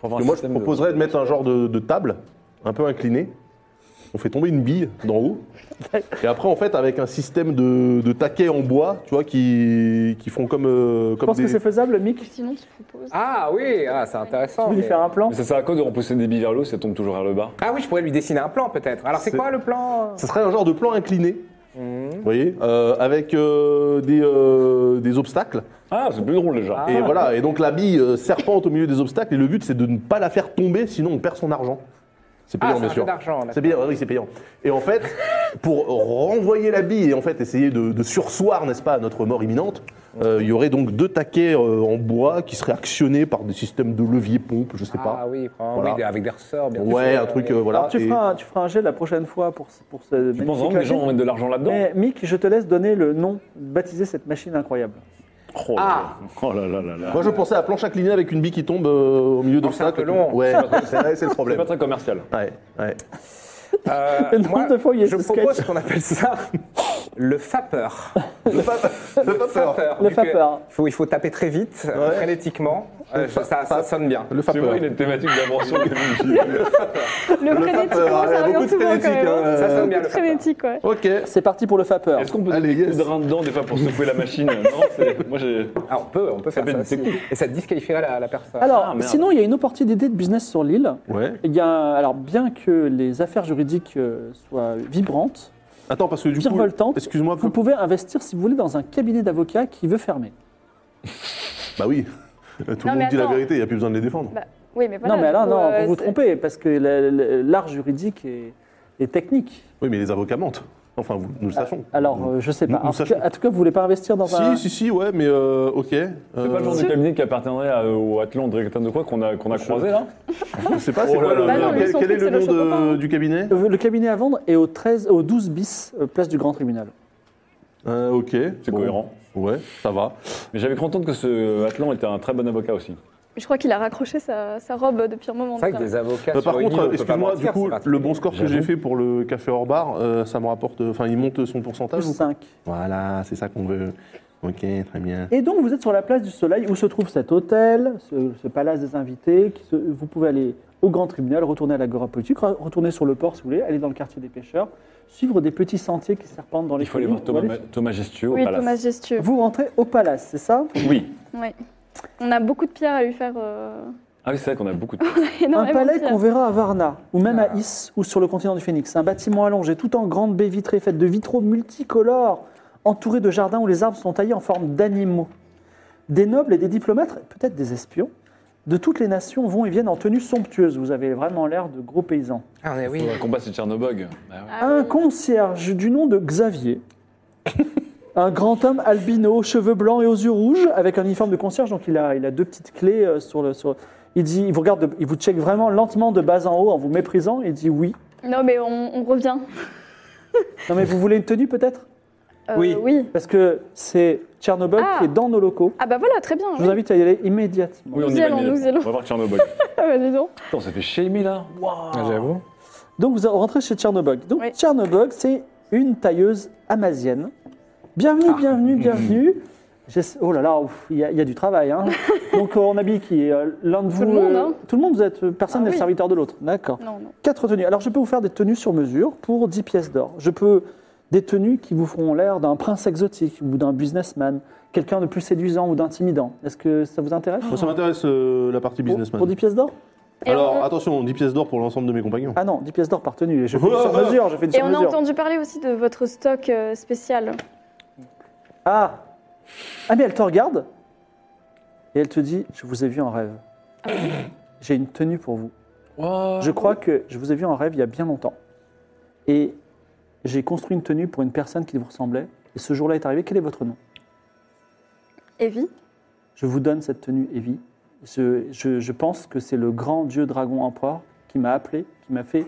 Speaker 4: Pour avoir
Speaker 3: Parce
Speaker 4: un
Speaker 3: que moi je
Speaker 4: système de-
Speaker 3: proposerais de... mettre un genre de, de table un peu inclinée. On fait tomber une bille d'en haut. Et après en fait avec un système de, de taquets en bois, tu vois, qui, qui font comme... euh,
Speaker 1: Tu
Speaker 3: comme
Speaker 1: penses que
Speaker 3: des...
Speaker 1: c'est faisable, Mick
Speaker 2: Sinon, tu proposes.
Speaker 5: Ah oui, ah, c'est intéressant.
Speaker 1: Tu veux lui
Speaker 5: mais-
Speaker 1: faire un plan
Speaker 4: Mais ça sert à quoi de repousser des billes vers le haut si ça tombe toujours vers le bas
Speaker 5: Ah oui, je pourrais lui dessiner un plan peut-être. Alors c'est
Speaker 3: C'est-
Speaker 5: quoi le plan
Speaker 3: Ce serait un genre de plan incliné,
Speaker 1: Mmh.
Speaker 3: vous voyez, euh, avec euh, des, euh, des obstacles.
Speaker 4: Ah, c'est plus drôle déjà.
Speaker 3: Et voilà, et donc la bille euh, serpente au milieu des obstacles, et le but c'est de ne pas la faire tomber, sinon on perd son argent. C'est payant,
Speaker 5: Ah, c'est
Speaker 3: bien
Speaker 5: un
Speaker 3: sûr.
Speaker 5: jeu d'argent, d'accord.
Speaker 3: C'est payant, oui, c'est payant. Et en fait, pour renvoyer la bille et en fait essayer de, de sursoir, n'est-ce pas, à notre mort imminente, euh, il y aurait donc deux taquets euh, en bois qui seraient actionnés par des systèmes de levier-pompe, je sais
Speaker 5: Ah
Speaker 3: pas.
Speaker 5: oui, probablement,
Speaker 3: Voilà.
Speaker 5: oui, des- avec des ressorts bien
Speaker 3: Ouais,
Speaker 5: sûr,
Speaker 3: un truc,
Speaker 5: mais-
Speaker 3: euh, voilà.
Speaker 1: Alors, tu,
Speaker 3: Et-
Speaker 1: feras un, tu feras un jet la prochaine fois pour, ce- pour ce.
Speaker 4: Tu penses vraiment que les gens vont mettre de l'argent là-dedans
Speaker 1: Mais Mick, je te laisse donner le nom, baptiser cette machine incroyable.
Speaker 4: oh, là là. oh là là là là.
Speaker 3: Ah. Moi je pensais à planche inclinée avec une bille qui tombe euh, au milieu
Speaker 5: c'est un
Speaker 3: d'obstacles.
Speaker 5: peu long.
Speaker 3: Ouais, c'est vrai, c'est le
Speaker 4: C'est
Speaker 3: problème.
Speaker 4: pas très commercial.
Speaker 3: Ouais, ouais.
Speaker 5: Euh,
Speaker 1: Le nombre
Speaker 5: moi,
Speaker 1: de fois où il y a
Speaker 5: je
Speaker 1: ce sketch.
Speaker 5: propose qu'on appelle ça le fapeur.
Speaker 3: Le pas, le pas peur.
Speaker 5: Le
Speaker 1: Le vapeur.
Speaker 5: Il faut, il faut taper très vite, euh, frénétiquement. Euh, ça, ça- ça sonne bien.
Speaker 3: Le
Speaker 4: Tu vois,
Speaker 3: fapeur.
Speaker 4: il y a une thématique d'invention.
Speaker 2: Le frénétique,
Speaker 3: fapeur,
Speaker 2: commence
Speaker 3: Euh, il y a
Speaker 2: à
Speaker 3: beaucoup
Speaker 2: revient
Speaker 3: de
Speaker 2: souvent quand
Speaker 3: frénétique,
Speaker 2: même. hein.
Speaker 3: hein.
Speaker 5: Ça sonne bien le fapeur.
Speaker 2: Frénétique, ouais.
Speaker 3: Ok.
Speaker 1: C'est parti pour le vapeur.
Speaker 4: Est-ce qu'on peut
Speaker 3: Allez,
Speaker 4: donner des
Speaker 3: yes.
Speaker 4: coups de rein dedans des fois pour secouer la machine Non, c'est- moi j'ai.
Speaker 5: Ah, on peut, on peut faire
Speaker 4: peut
Speaker 5: ça.
Speaker 4: être
Speaker 5: aussi.
Speaker 4: technique.
Speaker 5: Et ça disqualifierait la, la personne.
Speaker 1: Alors,
Speaker 4: Ah, merde.
Speaker 1: sinon, il y a une opportunité de business sur l'île.
Speaker 3: Ouais.
Speaker 1: Il y a, alors, bien que les affaires juridiques euh, soient vibrantes,
Speaker 3: Attends, parce que du coup.
Speaker 1: Virevoltante.
Speaker 3: Excuse-moi.
Speaker 1: vous pouvez investir, si vous voulez, dans un cabinet d'avocats qui veut fermer.
Speaker 3: Bah oui. Tout le
Speaker 2: Non,
Speaker 3: monde
Speaker 2: mais
Speaker 3: dit la
Speaker 2: attends.
Speaker 3: vérité, il n'y a plus besoin de les défendre.
Speaker 2: Bah, oui, mais voilà.
Speaker 1: non, mais
Speaker 2: du
Speaker 1: là,
Speaker 2: coup,
Speaker 1: non,
Speaker 2: euh,
Speaker 1: vous vous
Speaker 2: c'est-
Speaker 1: trompez, parce que la- la- l'art juridique est, est technique.
Speaker 3: Oui, mais les avocats mentent. Enfin, vous- nous le sachons.
Speaker 1: Alors, euh, je sais
Speaker 3: Nous-
Speaker 1: pas.
Speaker 3: nous
Speaker 1: En tout,
Speaker 3: sachons.
Speaker 1: cas, en tout cas, vous voulez pas investir dans un...
Speaker 3: Si, si, si, ouais, mais euh, ok. Euh,
Speaker 4: C'est pas le genre de cabinet qui appartiendrait à- au Athlon Drégatan de quoi qu'on a, qu'on a croisé là
Speaker 3: je sais pas, c'est
Speaker 4: Oh
Speaker 3: quoi
Speaker 4: là
Speaker 3: le.
Speaker 4: là.
Speaker 2: Bah non, mais
Speaker 3: quel,
Speaker 2: son
Speaker 3: quel est
Speaker 2: truc,
Speaker 3: le
Speaker 2: c'est le
Speaker 3: nom de-
Speaker 2: Chocopin.
Speaker 3: du cabinet
Speaker 1: Euh, Le cabinet à vendre est au, 13, au 12 bis, euh, place du Grand Tribunal.
Speaker 3: Euh, Ok.
Speaker 4: C'est cohérent.
Speaker 3: Ouais, ça va.
Speaker 4: Mais j'avais cru entendre que ce Atlan était un très bon avocat aussi.
Speaker 2: Je crois qu'il a raccroché sa, sa robe depuis un moment.
Speaker 5: C'est vrai que
Speaker 2: déjà.
Speaker 5: des avocats.
Speaker 3: Euh,
Speaker 5: sur
Speaker 3: par
Speaker 5: une île, on
Speaker 3: contre,
Speaker 5: peut pas
Speaker 3: excuse-moi,
Speaker 5: mentir,
Speaker 3: du coup,
Speaker 5: c'est pas-
Speaker 3: le bon score que
Speaker 4: J'avoue.
Speaker 3: j'ai fait pour le café hors bar, euh, ça me rapporte. Enfin, il monte son pourcentage
Speaker 1: Plus
Speaker 3: ou pas
Speaker 1: 5.
Speaker 3: Voilà, c'est ça qu'on veut. Ok, très bien.
Speaker 1: Et donc, vous êtes sur la place du Soleil où se trouve cet hôtel, ce, ce palace des invités. qui se- vous pouvez aller au grand tribunal, retourner à l'agora politique, re- retourner sur le port si vous voulez, aller dans le quartier des pêcheurs, suivre des petits sentiers qui serpentent dans les
Speaker 4: Il faut aller
Speaker 1: collines,
Speaker 4: voir Thomas,
Speaker 1: ou aller-
Speaker 4: Thomas Gestueux au
Speaker 2: Oui,
Speaker 4: palace.
Speaker 2: Thomas Gestueux.
Speaker 1: Vous rentrez au palace, c'est ça
Speaker 4: Oui.
Speaker 2: Ouais. On a beaucoup de pierres à lui faire. euh,
Speaker 4: Ah oui, c'est vrai qu'on a beaucoup de.
Speaker 1: Un
Speaker 2: énormément de
Speaker 1: palais
Speaker 2: pierres.
Speaker 1: qu'on verra à Varna, ou même à Is, ou sur le continent du Phénix. Un bâtiment allongé, tout en grande baie vitrée, faite de vitraux multicolores, entouré de jardins où les arbres sont taillés en forme d'animaux. Des nobles et des diplomates, peut-être des espions, de toutes les nations vont et viennent en tenue somptueuse. Vous avez vraiment l'air de gros paysans.
Speaker 5: Ah, on est- oui.
Speaker 4: Le combat, c'est Tchernobog. Bah ouais.
Speaker 2: Ah
Speaker 1: Un
Speaker 2: oui.
Speaker 1: concierge du nom de Xavier. Un grand homme albino, cheveux blancs et aux yeux rouges, avec un uniforme de concierge. Donc il a, il a deux petites clés euh, sur le. Sur... Il dit, il vous regarde, de- il vous check vraiment lentement de bas en haut en vous méprisant. Il dit oui.
Speaker 2: Non, mais on, on revient.
Speaker 1: Non mais vous voulez une tenue peut-être
Speaker 2: Euh,
Speaker 5: Oui.
Speaker 1: Parce que c'est Tchernobyl
Speaker 2: Ah.
Speaker 1: qui est dans nos locaux.
Speaker 2: Ah bah voilà, très bien.
Speaker 1: Je vous invite à y aller immédiatement.
Speaker 4: Oui, on
Speaker 2: Nous
Speaker 4: y
Speaker 2: y
Speaker 4: va
Speaker 2: allons,
Speaker 4: immédiatement.
Speaker 2: nous y allons.
Speaker 4: On va voir Tchernobyl.
Speaker 2: Ah bah dis donc.
Speaker 4: Putain, ça fait shamer là.
Speaker 5: Ah, J'avoue.
Speaker 1: Donc vous rentrez chez Tchernobog. Donc
Speaker 2: Oui.
Speaker 1: Tchernobog, c'est une tailleuse amazienne. Bienvenue,
Speaker 2: Ah.
Speaker 1: bienvenue, bienvenue. J'essa- Oh là là, ouf, il y, a- il y a du travail. hein. Donc euh, on habille qui euh, L'un de vous.
Speaker 2: le monde,
Speaker 1: euh,
Speaker 2: hein.
Speaker 1: Tout le monde, vous êtes. euh, Personne
Speaker 2: Ah
Speaker 1: n'est le
Speaker 2: oui.
Speaker 1: serviteur de l'autre. D'accord.
Speaker 2: Non, non.
Speaker 1: Quatre tenues. Alors je peux vous faire des tenues sur mesure pour 10 pièces d'or. Je peux. Des tenues qui vous feront l'air d'un prince exotique ou d'un businessman, quelqu'un de plus séduisant ou d'intimidant. Est-ce que ça vous intéresse
Speaker 3: Ça m'intéresse euh, la partie
Speaker 1: pour,
Speaker 3: businessman.
Speaker 1: pour 10 pièces d'or
Speaker 2: Et
Speaker 3: Alors
Speaker 2: on-
Speaker 3: attention, 10 pièces d'or pour l'ensemble de mes compagnons.
Speaker 1: Ah non, 10 pièces d'or par tenue. Et je fais une
Speaker 3: Oh,
Speaker 1: sur
Speaker 3: oh, oh.
Speaker 1: mesure. Je fais une
Speaker 2: Et
Speaker 1: sur
Speaker 2: on a
Speaker 1: mesure.
Speaker 2: entendu parler aussi de votre stock euh, spécial.
Speaker 1: Ah Ah mais elle te regarde et elle te dit Je vous ai vu en rêve. J'ai une tenue pour vous. Je crois que je vous ai vu en rêve il y a bien longtemps. Et j'ai construit une tenue pour une personne qui vous ressemblait. Et ce jour-là est arrivé. Quel est votre nom
Speaker 2: Evie
Speaker 1: Je vous donne cette tenue, Evie. Je, je- je pense que c'est le grand dieu dragon empereur qui m'a appelé, qui m'a fait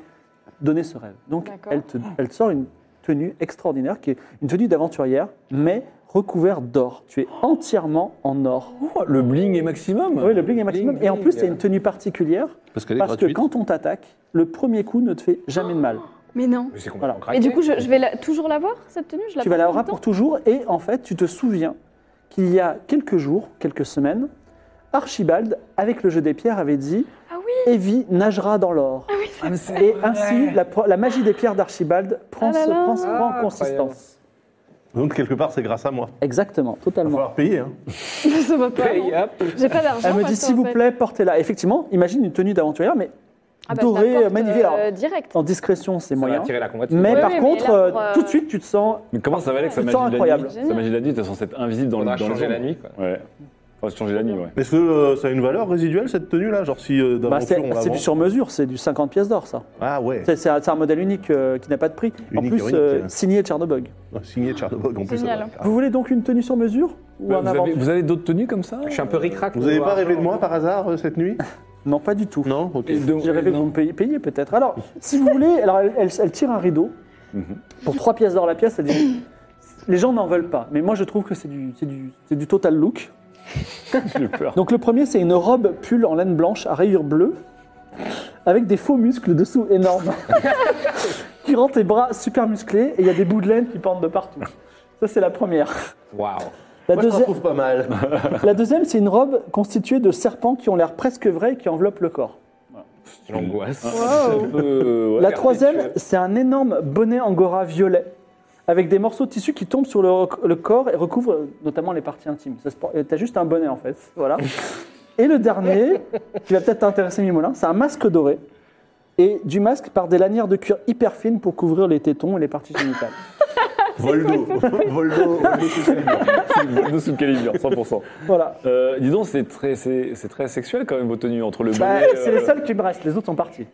Speaker 1: donner ce rêve. Donc,
Speaker 2: D'accord.
Speaker 1: elle te, elle te sort une tenue extraordinaire, qui est une tenue d'aventurière, mais recouverte d'or. Tu es entièrement en or.
Speaker 7: Oh, le bling est maximum
Speaker 1: Oui, le bling est maximum.
Speaker 5: Bling,
Speaker 1: et en plus,
Speaker 5: bling.
Speaker 1: tu as une tenue particulière,
Speaker 3: Parce qu'elle est
Speaker 1: parce que
Speaker 3: gratuite.
Speaker 1: quand on t'attaque, le premier coup ne te fait jamais de mal.
Speaker 2: Mais non.
Speaker 5: Mais c'est
Speaker 1: Voilà.
Speaker 5: complètement
Speaker 2: Et
Speaker 5: craqué.
Speaker 2: du coup, je, je vais la- toujours la voir, cette tenue je la
Speaker 1: Tu vas l'avoir
Speaker 2: porte tout le
Speaker 1: pour toujours et en fait, tu te souviens qu'il y a quelques jours, quelques semaines, Archibald, avec le jeu des pierres, avait dit
Speaker 2: Ah oui. Ah
Speaker 1: Evie nagera dans l'or. et ainsi, la, pro- la magie des pierres d'Archibald prend,
Speaker 2: Ah là
Speaker 1: ce-
Speaker 2: là.
Speaker 1: prend, ce- prend
Speaker 5: Ah,
Speaker 1: consistance.
Speaker 3: Donc quelque part, c'est grâce à moi.
Speaker 1: Exactement,
Speaker 3: Il va
Speaker 1: totalement.
Speaker 3: falloir payer. hein.
Speaker 2: temps. Ça va pas. non.
Speaker 5: Paye, hop.
Speaker 2: J'ai pas d'argent.
Speaker 1: ah Elle me
Speaker 2: moi,
Speaker 1: dit
Speaker 2: ça,
Speaker 1: s'il
Speaker 2: en
Speaker 1: vous
Speaker 2: fait.
Speaker 1: plaît, portez-la. Effectivement, imagine une tenue d'aventurière, mais
Speaker 2: Ah bah, je la
Speaker 1: dorée,
Speaker 2: porte,
Speaker 1: magnifique. Alors,
Speaker 2: euh, direct.
Speaker 1: en discrétion, c'est
Speaker 5: Ça va
Speaker 1: moyen.
Speaker 5: attirer la convoitise.
Speaker 1: Mais
Speaker 2: Oui,
Speaker 1: par
Speaker 2: oui, mais
Speaker 1: contre,
Speaker 2: là, pour,
Speaker 1: euh,
Speaker 2: euh,
Speaker 1: tout de suite, tu te sens.
Speaker 4: Mais comment ça va aller que sa
Speaker 1: C'est
Speaker 4: magie de la
Speaker 1: incroyable.
Speaker 4: nuit Sa magie de la nuit, t'es censé être invisible dans
Speaker 5: On
Speaker 4: le
Speaker 5: a
Speaker 4: dans les
Speaker 5: changé la
Speaker 4: ombres.
Speaker 5: nuit, quoi.
Speaker 4: Ouais. Enfin, changer la nuit, ouais.
Speaker 3: Est-ce que euh, ça a une valeur résiduelle cette tenue là Genre si euh,
Speaker 1: Bah,
Speaker 3: d'aventure
Speaker 1: c'est
Speaker 3: on la
Speaker 1: c'est
Speaker 3: vend
Speaker 1: du sur mesure, c'est du 50 pièces d'or, ça.
Speaker 3: Ah ouais,
Speaker 1: C'est c'est un c'est un modèle unique euh, qui n'a pas de prix. en
Speaker 3: Unique,
Speaker 1: plus,
Speaker 3: unique,
Speaker 1: euh,
Speaker 3: ouais.
Speaker 1: signé Tchernobog.
Speaker 3: Ouais, signé Tchernobog en plus.
Speaker 2: Génial.
Speaker 3: ça va.
Speaker 1: Vous voulez donc une tenue sur mesure ou
Speaker 3: Euh,
Speaker 4: Bah,
Speaker 1: un
Speaker 4: vous, avez,
Speaker 1: inventaire
Speaker 4: vous avez d'autres tenues comme ça
Speaker 5: Je suis un peu ric-rac.
Speaker 3: Vous n'avez pas
Speaker 5: voir.
Speaker 3: rêvé de moi par hasard euh, cette nuit
Speaker 1: Non, pas du tout.
Speaker 3: Non Ok.
Speaker 4: Et de-
Speaker 1: J'avais rêvé que vous me payiez, payiez peut-être. Alors, si vous voulez, alors elle, elle- elle tire un rideau.
Speaker 3: Mhm.
Speaker 1: Pour 3 pièces d'or la pièce, elle dit Les gens n'en veulent pas, mais moi je trouve que c'est du, c'est du, c'est du total look.
Speaker 4: J'ai peur.
Speaker 1: Donc le premier, c'est une robe pull en laine blanche à rayures bleues, avec des faux muscles dessous énormes, qui rend tes bras super musclés, et il y a des bouts de laine qui pendent de partout. Ça, c'est la première.
Speaker 5: Waouh.
Speaker 1: La,
Speaker 3: Moi je la
Speaker 1: deuxi-
Speaker 3: trouve pas mal.
Speaker 1: la deuxième, c'est une robe constituée de serpents qui ont l'air presque vrais et qui enveloppent le corps.
Speaker 3: Mmh.
Speaker 5: L'angoisse.
Speaker 4: C'est un peu, euh, ouais.
Speaker 1: La troisième, c'est un énorme bonnet angora violet, avec des morceaux de tissu qui tombent sur le, le corps et recouvrent euh, notamment les parties intimes. Ça se por- T'as juste un bonnet en fait, voilà. Et le dernier, qui va peut-être t'intéresser Mimolin, c'est un masque doré, et du masque par des lanières de cuir hyper fines pour couvrir les tétons et les parties génitales.
Speaker 3: Voldo. Voldo.
Speaker 4: Voldo sous Calibur, 100%.
Speaker 1: Voilà.
Speaker 4: Euh, dis donc, c'est très, c'est, c'est très sexuel quand même vos tenues entre le
Speaker 1: Bah,
Speaker 4: bonnet,
Speaker 1: c'est
Speaker 4: euh,
Speaker 1: les seuls qui me restent, les autres sont partis.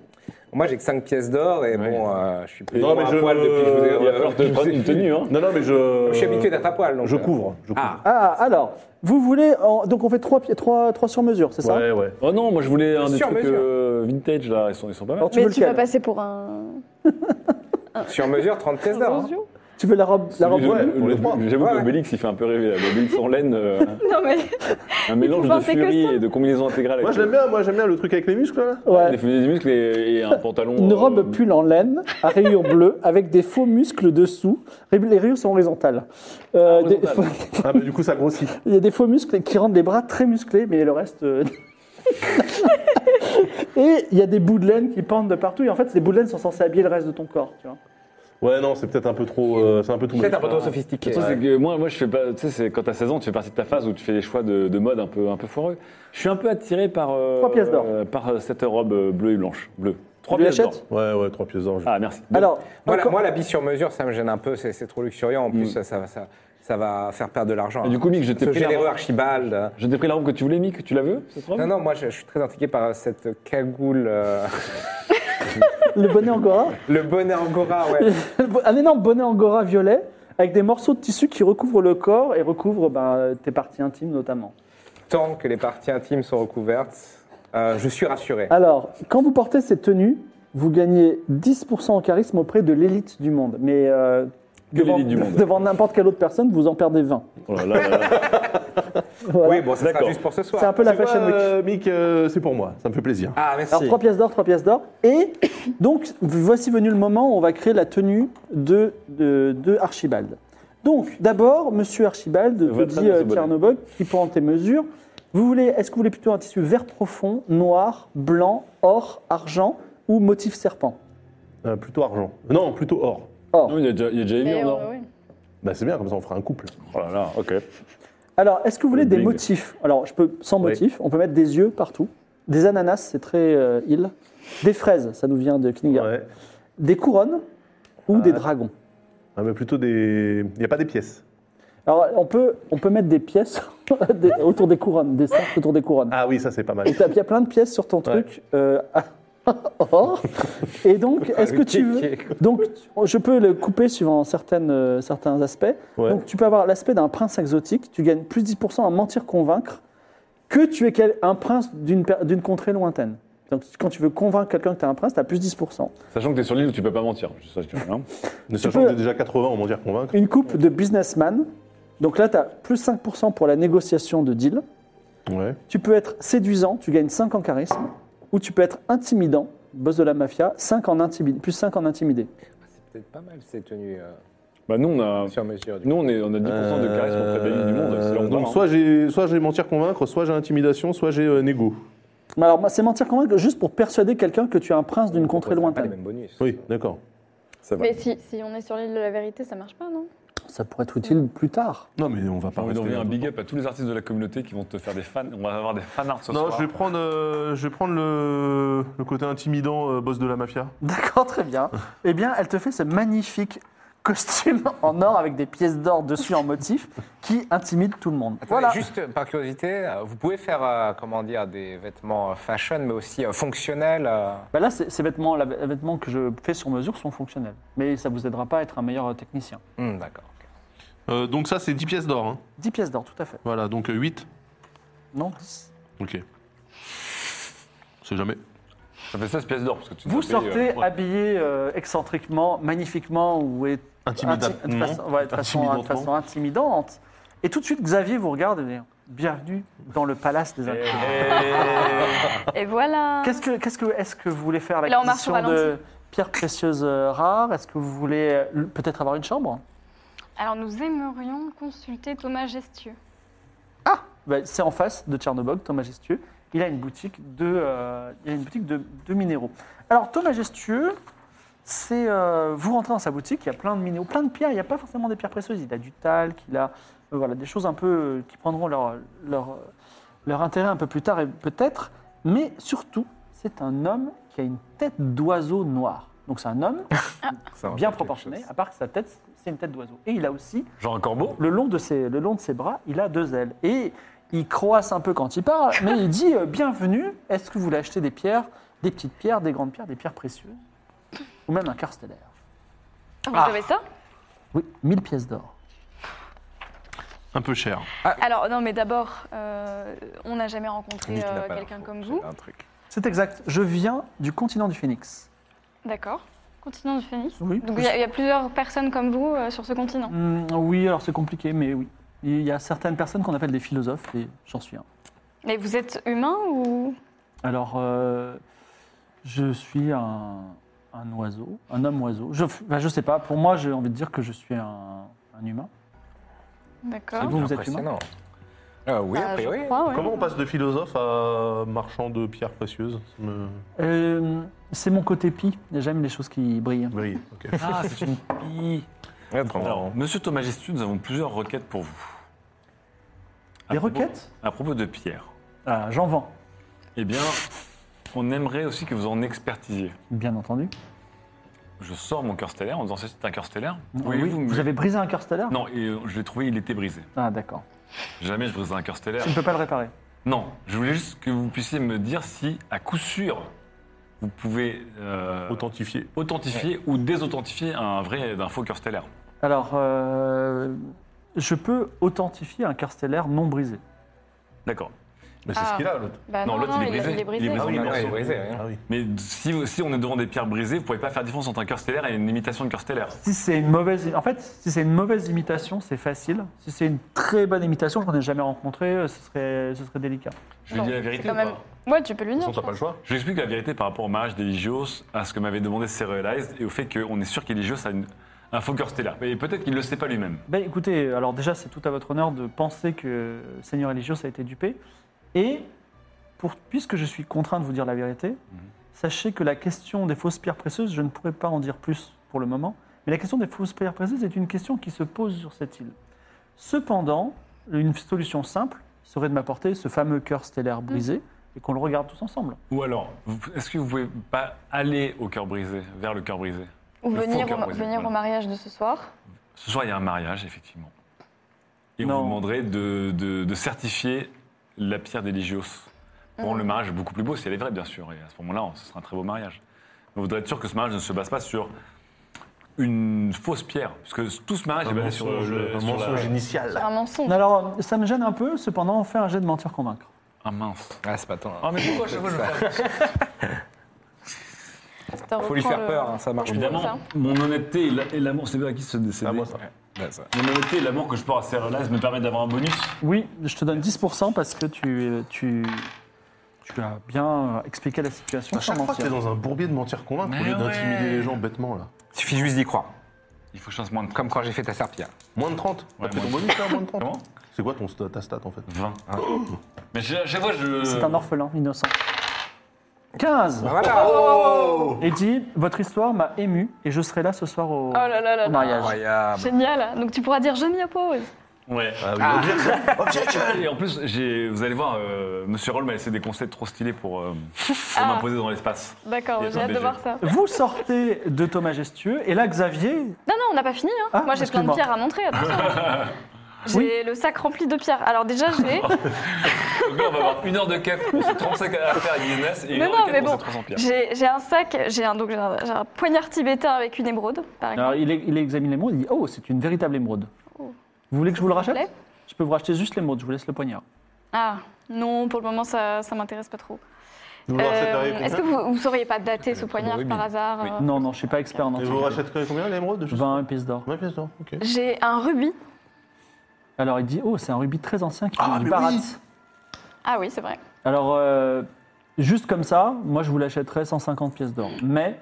Speaker 5: Moi, j'ai que 5 pièces d'or et bon, euh, je suis plus
Speaker 3: Non, mais
Speaker 5: à
Speaker 3: je-
Speaker 5: poil depuis que je vous ai-
Speaker 4: Il va falloir te prendre une tenue, hein.
Speaker 3: Non, non, mais je.
Speaker 5: Je suis habitué d'être à poil. donc,
Speaker 3: Je
Speaker 5: euh,
Speaker 3: couvre. Je couvre.
Speaker 5: Ah,
Speaker 1: Ah, alors, vous voulez. en- Donc on fait trois, pi- trois, trois sur mesure, c'est ça
Speaker 3: Ouais, ouais.
Speaker 4: Oh non, moi je voulais un des
Speaker 5: Sur
Speaker 4: trucs
Speaker 5: mesure.
Speaker 4: euh, vintage là, ils sont, ils sont pas mal.
Speaker 1: Alors, tu,
Speaker 2: Mais
Speaker 1: veux
Speaker 2: tu
Speaker 1: lequel
Speaker 2: vas passer pour un.
Speaker 5: sur mesure, 30 pièces d'or. hein.
Speaker 2: Zozo
Speaker 1: Tu veux la robe, la robe
Speaker 4: Celui-
Speaker 3: ouais,
Speaker 4: le-
Speaker 3: on
Speaker 4: le-
Speaker 3: les prend.
Speaker 4: J'avoue
Speaker 5: Ouais,
Speaker 4: que
Speaker 5: ouais.
Speaker 4: Obélix il fait un peu rêver là. Obélix en laine, euh,
Speaker 2: Non mais
Speaker 4: un mélange de
Speaker 2: penser que
Speaker 4: furie
Speaker 2: ça.
Speaker 4: et de combinaison intégrale. avec
Speaker 3: Moi je l'aime bien, moi j'aime bien le truc avec les muscles là.
Speaker 1: Ouais.
Speaker 4: Des fumées des muscles et, et un pantalon.
Speaker 1: Une
Speaker 4: euh,
Speaker 1: robe pull en laine à rayures bleues avec des faux muscles dessous. Les rayures sont horizontales. Euh, des-
Speaker 4: Horizontales.
Speaker 3: Ah bah du coup ça grossit.
Speaker 1: il y a des faux muscles qui rendent les bras très musclés, mais le reste. euh, Et il y a des bouts de laine qui pendent de partout. Et en fait, ces bouts de laine sont censés habiller le reste de ton corps. Tu vois.
Speaker 3: Ouais non c'est peut-être un peu trop, euh, c'est un peu tout.
Speaker 5: Peut-être un
Speaker 3: moche.
Speaker 5: peu trop
Speaker 4: Le
Speaker 5: sophistiqué.
Speaker 4: truc,
Speaker 5: ouais.
Speaker 4: c'est que moi, moi, je fais pas. Tu sais, c'est quand t'as 16 ans, tu fais partie de ta phase où tu fais des choix de, de mode un peu, un peu foireux. Je suis un peu attiré par. euh,
Speaker 1: Trois pièces d'or.
Speaker 4: euh, par euh, cette robe euh, bleue et blanche. Bleue. Trois
Speaker 1: Tu lui
Speaker 4: pièces d'or.
Speaker 1: achètes
Speaker 3: Ouais ouais trois pièces d'or. je-
Speaker 4: Ah, merci.
Speaker 1: Alors,
Speaker 5: Moi, la,
Speaker 1: encore-
Speaker 5: moi, la bille sur mesure, ça me gêne un peu, c'est c'est trop luxuriant. En plus,
Speaker 3: Mm.
Speaker 5: ça, ça, ça, ça va faire perdre de l'argent. hein.
Speaker 4: Et du coup, Mick, je t'ai
Speaker 5: Ce
Speaker 4: pris la-
Speaker 5: généreux Archibald.
Speaker 4: Je t'ai pris la robe que tu voulais, Mick, tu la veux, cette robe
Speaker 3: Hein
Speaker 5: Non, non, moi, je, je suis très intrigué par euh, cette cagoule. euh,
Speaker 1: le bonnet angora.
Speaker 5: le bonnet Angora, ouais.
Speaker 1: Un énorme bonnet angora violet avec des morceaux de tissu qui recouvrent le corps et recouvrent ben, tes parties intimes notamment.
Speaker 5: Tant que les parties intimes sont recouvertes. Euh, je suis rassuré.
Speaker 1: Alors, quand vous portez cette tenue, vous gagnez 10% en charisme auprès de l'élite du monde. Mais euh,
Speaker 4: Que
Speaker 1: devant,
Speaker 4: l'élite du monde.
Speaker 1: devant n'importe quelle autre personne, vous en perdez 20.
Speaker 4: Oh là là là là.
Speaker 1: Voilà.
Speaker 5: Oui, bon, ça sera
Speaker 4: D'accord.
Speaker 5: juste pour ce soir.
Speaker 1: C'est un peu la
Speaker 3: Tu vois,
Speaker 1: fashion week.
Speaker 3: euh, Mick, euh, c'est pour moi, ça me fait plaisir.
Speaker 5: Ah, merci.
Speaker 1: Alors, trois pièces d'or, trois pièces d'or. Et donc, voici venu le moment où on va créer la tenue de, de, de Archibald. Donc, d'abord, monsieur Archibald, vous
Speaker 4: Va très
Speaker 1: dit
Speaker 4: bien, ce
Speaker 1: euh,
Speaker 4: bonhomme.
Speaker 1: Tchernobog, qui prend tes mesures. Vous voulez, est-ce que vous voulez plutôt un tissu vert profond, noir, blanc, or, argent ou motif serpent
Speaker 3: Euh, plutôt argent. Non, plutôt or.
Speaker 1: Or.
Speaker 4: Non, il y a déjà, il y a déjà eu
Speaker 2: Mais,
Speaker 4: en
Speaker 2: euh,
Speaker 4: or.
Speaker 2: ouais.
Speaker 3: Bah c'est bien, comme ça on fera un couple.
Speaker 4: Oh là là, ok.
Speaker 1: Alors, est-ce que vous voulez
Speaker 4: Le
Speaker 1: des
Speaker 4: bling.
Speaker 1: motifs Alors, je peux sans
Speaker 3: Oui.
Speaker 1: motif. On peut mettre des yeux partout. Des ananas, c'est très euh, île. Des fraises, ça nous vient de Kniga.
Speaker 3: Ouais.
Speaker 1: Des couronnes ou des dragons.
Speaker 3: Ah, mais plutôt des. Il n'y a pas des pièces.
Speaker 1: Alors, on peut, on peut mettre des pièces des- autour des couronnes, des cercles autour des couronnes.
Speaker 3: Ah oui, ça c'est pas mal.
Speaker 1: Et t'as- il y a plein de pièces sur ton truc. euh, or. Et donc, est-ce que tu veux. Donc, je peux le couper suivant certaines, euh, certains aspects.
Speaker 3: Ouais.
Speaker 1: Donc, tu peux avoir l'aspect d'un prince exotique. Tu gagnes plus 10% à mentir-convaincre que tu es quel- un prince d'une per- d'une contrée lointaine. Donc, quand tu veux convaincre quelqu'un que tu es un prince, tu as plus 10%.
Speaker 4: Sachant que t'es sur l'île, tu peux pas mentir. Je sais, que- hein.
Speaker 3: Mais sachant
Speaker 1: peux-
Speaker 3: que j'ai déjà 80, on m'en dire convaincre.
Speaker 1: Une coupe de businessman. Donc là, tu as plus 5% pour la négociation de deal.
Speaker 3: Ouais.
Speaker 1: Tu peux être séduisant, tu gagnes 5 en charisme. Ou tu peux être intimidant, boss de la mafia, 5 en intimi- plus 5 en intimidé.
Speaker 5: C'est peut-être pas mal ces tenues euh,
Speaker 4: Bah, nous, on a,
Speaker 5: sur mesure. Du
Speaker 4: nous, on est, on a 10% de charisme auprès de la l'île du monde. C'est leur
Speaker 3: Euh,
Speaker 4: droit,
Speaker 3: donc
Speaker 4: hein.
Speaker 3: soit j'ai soit j'ai mentir convaincre, soit j'ai intimidation, soit j'ai euh, négo.
Speaker 1: Mais alors, moi, c'est mentir convaincre juste pour persuader quelqu'un que tu es un prince d'une contrée
Speaker 5: Pourquoi ça a Pas les
Speaker 1: lointaine.
Speaker 5: mêmes bonus.
Speaker 3: Oui, d'accord.
Speaker 4: Ça va.
Speaker 2: Mais si, si on est sur l'île de la vérité, ça marche pas, non
Speaker 1: Ça pourrait être utile plus tard.
Speaker 3: Non mais on va
Speaker 4: J'ai
Speaker 3: pas
Speaker 4: envie
Speaker 3: rester
Speaker 4: d'envoyer
Speaker 3: là
Speaker 4: un
Speaker 3: longtemps.
Speaker 4: big up à tous les artistes de la communauté qui vont te faire des fans. On va avoir des fan art ce
Speaker 3: Non,
Speaker 4: soir.
Speaker 3: je vais prendre, euh, je vais prendre le, le côté intimidant euh, boss de la mafia.
Speaker 1: D'accord, très bien. Eh bien, elle te fait ce magnifique costume en or avec des pièces d'or dessus en motif qui intimide tout le monde.
Speaker 5: Attendez,
Speaker 1: voilà.
Speaker 5: Juste par curiosité, euh, vous pouvez faire euh, comment dire des vêtements euh, fashion, mais aussi euh, fonctionnels. euh.
Speaker 1: Bah là, ces ces vêtements, la- les vêtements que je fais sur mesure sont fonctionnels. Mais ça vous aidera pas à être un meilleur euh, technicien.
Speaker 5: Hmm, D'accord. ok.
Speaker 3: Euh, donc ça, c'est 10 pièces d'or. hein.
Speaker 1: 10 pièces d'or, tout à fait.
Speaker 3: Voilà, donc 8.
Speaker 1: Non 10.
Speaker 3: Ok. C'est jamais.
Speaker 4: Ça fait 16 pièces d'or. parce que tu
Speaker 1: Vous
Speaker 4: t'as payé,
Speaker 1: sortez
Speaker 4: euh, ouais.
Speaker 1: habillé euh, excentriquement, magnifiquement, ou est-
Speaker 3: Intimidant-
Speaker 1: inti- de, façon, ouais, de façon- de façon intimidante. Et tout de suite, Xavier vous regarde et dit Bienvenue dans le palace des inconnus.
Speaker 2: Et voilà
Speaker 1: Qu'est-ce que, qu'est-ce que, est-ce que vous voulez faire
Speaker 2: Là, on marche au
Speaker 1: l'acquisition de pierres précieuses euh, rares Est-ce que vous voulez euh, l- peut-être avoir une chambre
Speaker 2: Alors, nous aimerions consulter Thomas Gestieux.
Speaker 1: Ben, C'est en face de Tchernobog, ton majestueux. Il a une boutique de, euh, il a une boutique de, de minéraux. Alors, ton majestueux, c'est euh, vous rentrez dans sa boutique, il y a plein de minéraux, plein de pierres. Il n'y a pas forcément des pierres précieuses. Il a du talc, il a euh, voilà des choses un peu euh, qui prendront leur leur leur intérêt un peu plus tard et peut-être. Mais surtout, c'est un homme qui a une tête d'oiseau noir. Donc c'est un homme
Speaker 5: Ça me
Speaker 1: bien
Speaker 5: rappelle Oh, quelque
Speaker 1: proportionné,
Speaker 5: chose.
Speaker 1: à part que sa tête, c'est une tête d'oiseau. Et il a aussi
Speaker 4: Genre un corbeau
Speaker 1: le long de ses, le long de ses bras, il a deux ailes. Et il croasse un peu quand il parle, mais il dit euh, Bienvenue, est-ce que vous voulez acheter des pierres, des petites pierres, des grandes pierres, des pierres précieuses Ou même un quart stellaire Ah.
Speaker 2: Vous avez ça
Speaker 1: Oui, 1000 pièces d'or.
Speaker 3: Un peu cher.
Speaker 2: Alors, non, mais d'abord, euh, on n'a jamais rencontré
Speaker 5: Nick n'a
Speaker 2: euh,
Speaker 5: pas
Speaker 2: quelqu'un
Speaker 5: l'info,
Speaker 2: comme
Speaker 5: c'est
Speaker 2: vous.
Speaker 5: Un truc.
Speaker 1: C'est exact, je viens du continent du phénix.
Speaker 2: D'accord. Continent du Phénix.
Speaker 1: Oui.
Speaker 2: Donc, il y, a- il y a plusieurs personnes comme vous euh, sur ce continent.
Speaker 1: Hmm, oui, alors c'est compliqué, mais oui. Il y a certaines personnes qu'on appelle des philosophes, et j'en suis un.
Speaker 2: Mais vous êtes humain ou.
Speaker 1: Alors, euh, je suis un, un oiseau, un homme oiseau. Je, enfin, je sais pas, pour moi, j'ai envie de dire que je suis un, un humain.
Speaker 2: D'accord.
Speaker 1: Vous, vous êtes
Speaker 5: Impressionnant. Ah oui,
Speaker 2: Bah,
Speaker 5: a
Speaker 2: je
Speaker 5: priori.
Speaker 2: crois, ouais.
Speaker 3: Comment on passe de philosophe à marchand de pierres précieuses Ça me
Speaker 1: Euh, c'est mon côté pi. J'aime les choses qui brillent.
Speaker 3: brille. Ok.
Speaker 4: Ah, c'est une pie.
Speaker 5: Ouais, trop marrant.
Speaker 4: Alors, monsieur Thomas Gestu, nous avons plusieurs requêtes pour vous. À
Speaker 1: Des
Speaker 4: propos-
Speaker 1: requêtes
Speaker 4: À propos de pierre.
Speaker 1: Ah, J'en vends,
Speaker 4: Eh bien, on aimerait aussi que vous en expertisiez.
Speaker 1: bien entendu.
Speaker 4: Je sors mon cœur stellaire en disant c'est un cœur stellaire.
Speaker 1: Ah, oui,
Speaker 4: Pourriez-vous
Speaker 1: vous,
Speaker 4: me-
Speaker 1: avez brisé un cœur stellaire
Speaker 4: Non, et euh, je l'ai trouvé, il était brisé.
Speaker 1: Ah, d'accord.
Speaker 4: Jamais je briserai un cœur stellaire.
Speaker 1: Tu ne peux pas le réparer.
Speaker 4: Non, je voulais juste que vous puissiez me dire si, à coup sûr, vous pouvez euh,
Speaker 3: Authentifié.
Speaker 8: Ah
Speaker 4: authentifier ou désauthentifier un vrai d'un faux cœur stellaire.
Speaker 1: Alors, euh, je peux authentifier un cœur stellaire non brisé.
Speaker 4: D'accord.
Speaker 8: Mais c'est
Speaker 2: Ah.
Speaker 8: ce qu'il a, l'autre.
Speaker 2: Bah non,
Speaker 8: l'autre,
Speaker 2: non,
Speaker 8: il est
Speaker 2: il a-
Speaker 8: brisé.
Speaker 2: il est brisé. hein.
Speaker 5: Ah
Speaker 8: en
Speaker 5: oui, non, il est
Speaker 8: morceaux.
Speaker 5: brisé, oui.
Speaker 8: Ah oui.
Speaker 4: Mais si, si on est devant des pierres brisées, vous ne pouvez pas faire différence entre un cœur stellaire et une imitation de cœur stellaire.
Speaker 1: Si c'est une mauvaise, en fait, si c'est une mauvaise imitation, c'est facile. Si c'est une très bonne imitation, j'en ai jamais rencontré, euh, ce serait, ce serait délicat.
Speaker 4: Je lui dis la
Speaker 2: C'est
Speaker 4: vérité
Speaker 2: quand
Speaker 4: ou
Speaker 2: même.
Speaker 4: pas
Speaker 2: Ouais, tu peux lui
Speaker 8: De toute façon,
Speaker 2: dire. je
Speaker 8: t'as pas le
Speaker 2: pense.
Speaker 8: choix.
Speaker 4: Je lui explique la vérité par rapport au mage d'Eligios, à ce que m'avait demandé Serialized et au fait qu'on est sûr qu'Eligios a une- un faux cœur stellaire. Et peut-être qu'il ne le sait pas lui-même.
Speaker 1: Ben, écoutez, alors déjà, c'est tout à votre honneur de penser que Seigneur Eligios a été dupé. Et pour, puisque je suis contraint de vous dire la vérité, sachez que la question des fausses pierres précieuses, je ne pourrais pas en dire plus pour le moment, mais la question des fausses pierres précieuses est une question qui se pose sur cette île. Cependant, une solution simple serait de m'apporter ce fameux cœur stellaire brisé et qu'on le regarde tous ensemble.
Speaker 4: Ou alors, vous- est-ce que vous pouvez pas aller au cœur brisé, vers le cœur brisé
Speaker 2: Ou
Speaker 4: Le faux
Speaker 2: venir,
Speaker 4: cœur
Speaker 2: au,
Speaker 4: brisé,
Speaker 2: venir
Speaker 4: voilà.
Speaker 2: au mariage de ce soir.
Speaker 4: Ce soir, il y a un mariage, effectivement. Et on
Speaker 1: Non.
Speaker 4: vous demanderait de, de- de certifier la pierre d'Eligios. Bon, le mariage est beaucoup plus beau, si elle est vraie, bien sûr. Et à ce moment-là, on- ce sera un très beau mariage. Mais on voudrait être sûr que ce mariage ne se base pas sur une fausse pierre. Parce que tout ce mariage est basé sur le.
Speaker 3: un
Speaker 4: sur la-
Speaker 3: mensonge initial.
Speaker 2: C'est un mensonge.
Speaker 1: Alors, ça me gêne un peu, cependant, on fait un jet de mentir convaincre.
Speaker 4: Ah mince.
Speaker 5: Ah, c'est pas tant.
Speaker 1: Oh,
Speaker 4: Ah, mais pourquoi chaque fois je me fais
Speaker 2: T'as
Speaker 5: Faut lui
Speaker 2: reprend
Speaker 5: faire
Speaker 2: le-
Speaker 5: peur, hein, ça marche
Speaker 2: Évidemment.
Speaker 4: Évidemment, mon honnêteté et la- et l'amour, c'est à qui se décède.
Speaker 3: Ah, moi, ça.
Speaker 5: Ouais, ça.
Speaker 4: Mon honnêteté et l'amour que je porte à Cérelas me permettent d'avoir un bonus.
Speaker 1: Oui, je te donne 10% parce que tu, tu, tu as bien euh, expliqué la situation.
Speaker 3: À chaque
Speaker 1: sans
Speaker 3: fois que t'es
Speaker 1: mentir.
Speaker 3: dans un bourbier de mentir convaincre, au
Speaker 4: Mais
Speaker 3: lieu d'intimider
Speaker 4: ouais.
Speaker 3: les gens bêtement, là.
Speaker 5: Suffit juste d'y croire.
Speaker 4: Il faut que je fasse moins de
Speaker 5: Comme quand j'ai fait ta serpillère.
Speaker 3: Moins de 30 T'as
Speaker 4: Ouais,
Speaker 3: fait
Speaker 4: moins
Speaker 3: ton
Speaker 4: de-
Speaker 3: bonus, là, moins de 30
Speaker 4: Comment
Speaker 3: C'est quoi ton, sta- ta stat, en fait
Speaker 4: 20. Mais je- à chaque fois, je.
Speaker 1: C'est un orphelin innocent.
Speaker 3: Bah,
Speaker 1: 15
Speaker 5: Voilà
Speaker 1: Et dit, votre histoire m'a ému et je serai là ce soir au,
Speaker 2: Oh là là là
Speaker 1: au
Speaker 2: là.
Speaker 1: mariage.
Speaker 5: Incroyable
Speaker 2: Génial. Donc tu pourras dire je m'y oppose.
Speaker 4: Ouais. Et en plus, j'ai- vous allez voir, euh, Monsieur Roll m'a laissé des conseils trop stylés pour, euh, pour
Speaker 2: Ah.
Speaker 4: m'imposer dans l'espace.
Speaker 2: D'accord,
Speaker 4: Il y a
Speaker 2: j'ai
Speaker 4: plein
Speaker 2: hâte
Speaker 4: de
Speaker 2: de
Speaker 4: jeux.
Speaker 2: voir ça.
Speaker 1: Vous sortez de Thomas Majestueux et là, Xavier,
Speaker 2: Non, non, on n'a pas fini. hein.
Speaker 1: Ah,
Speaker 2: Moi, j'ai plein de
Speaker 1: excuse-moi.
Speaker 2: pierres à montrer, attention. J'ai
Speaker 1: Oui.
Speaker 2: le sac rempli de pierres. Alors déjà, j'ai
Speaker 4: Donc là, on va avoir une heure de cap, c'est 35 à faire avec Guinness et une
Speaker 2: Non,
Speaker 4: heure
Speaker 2: non,
Speaker 4: de
Speaker 2: mais
Speaker 4: cap
Speaker 2: bon.
Speaker 4: pour 300 pierres.
Speaker 2: j'ai- j'ai un sac, j'ai un, donc, j'ai un, j'ai un poignard tibétain avec une émeraude, par exemple.
Speaker 1: alors, il, est- il examine l'émeraude, il dit, oh, c'est une véritable émeraude. Vous voulez que je vous le
Speaker 2: Ça vous
Speaker 1: rachète Je peux vous racheter juste l'émeraude, je vous laisse le poignard.
Speaker 2: Ah, non, pour le moment, ça ça m'intéresse pas trop.
Speaker 3: Vous
Speaker 2: Euh,
Speaker 3: rachèteriez
Speaker 2: Est-ce que
Speaker 3: combien
Speaker 2: vous ne sauriez pas dater ce poignard
Speaker 5: oui,
Speaker 2: par
Speaker 5: mais-
Speaker 2: hasard euh,
Speaker 1: Non, non, je suis pas expert en
Speaker 3: Et vous
Speaker 1: antiquité.
Speaker 3: rachèteriez combien, l'émeraude
Speaker 1: 20 pièces d'or.
Speaker 3: 20 pièces d'or, ok.
Speaker 2: J'ai un rubis.
Speaker 1: Alors il dit, oh, c'est un rubis très ancien qui
Speaker 3: Ah,
Speaker 1: vient du
Speaker 3: mais
Speaker 1: Barat.
Speaker 3: oui.
Speaker 2: Ah oui, c'est vrai.
Speaker 1: Alors, euh, juste comme ça, moi je vous l'achèterais 150 pièces d'or. Mais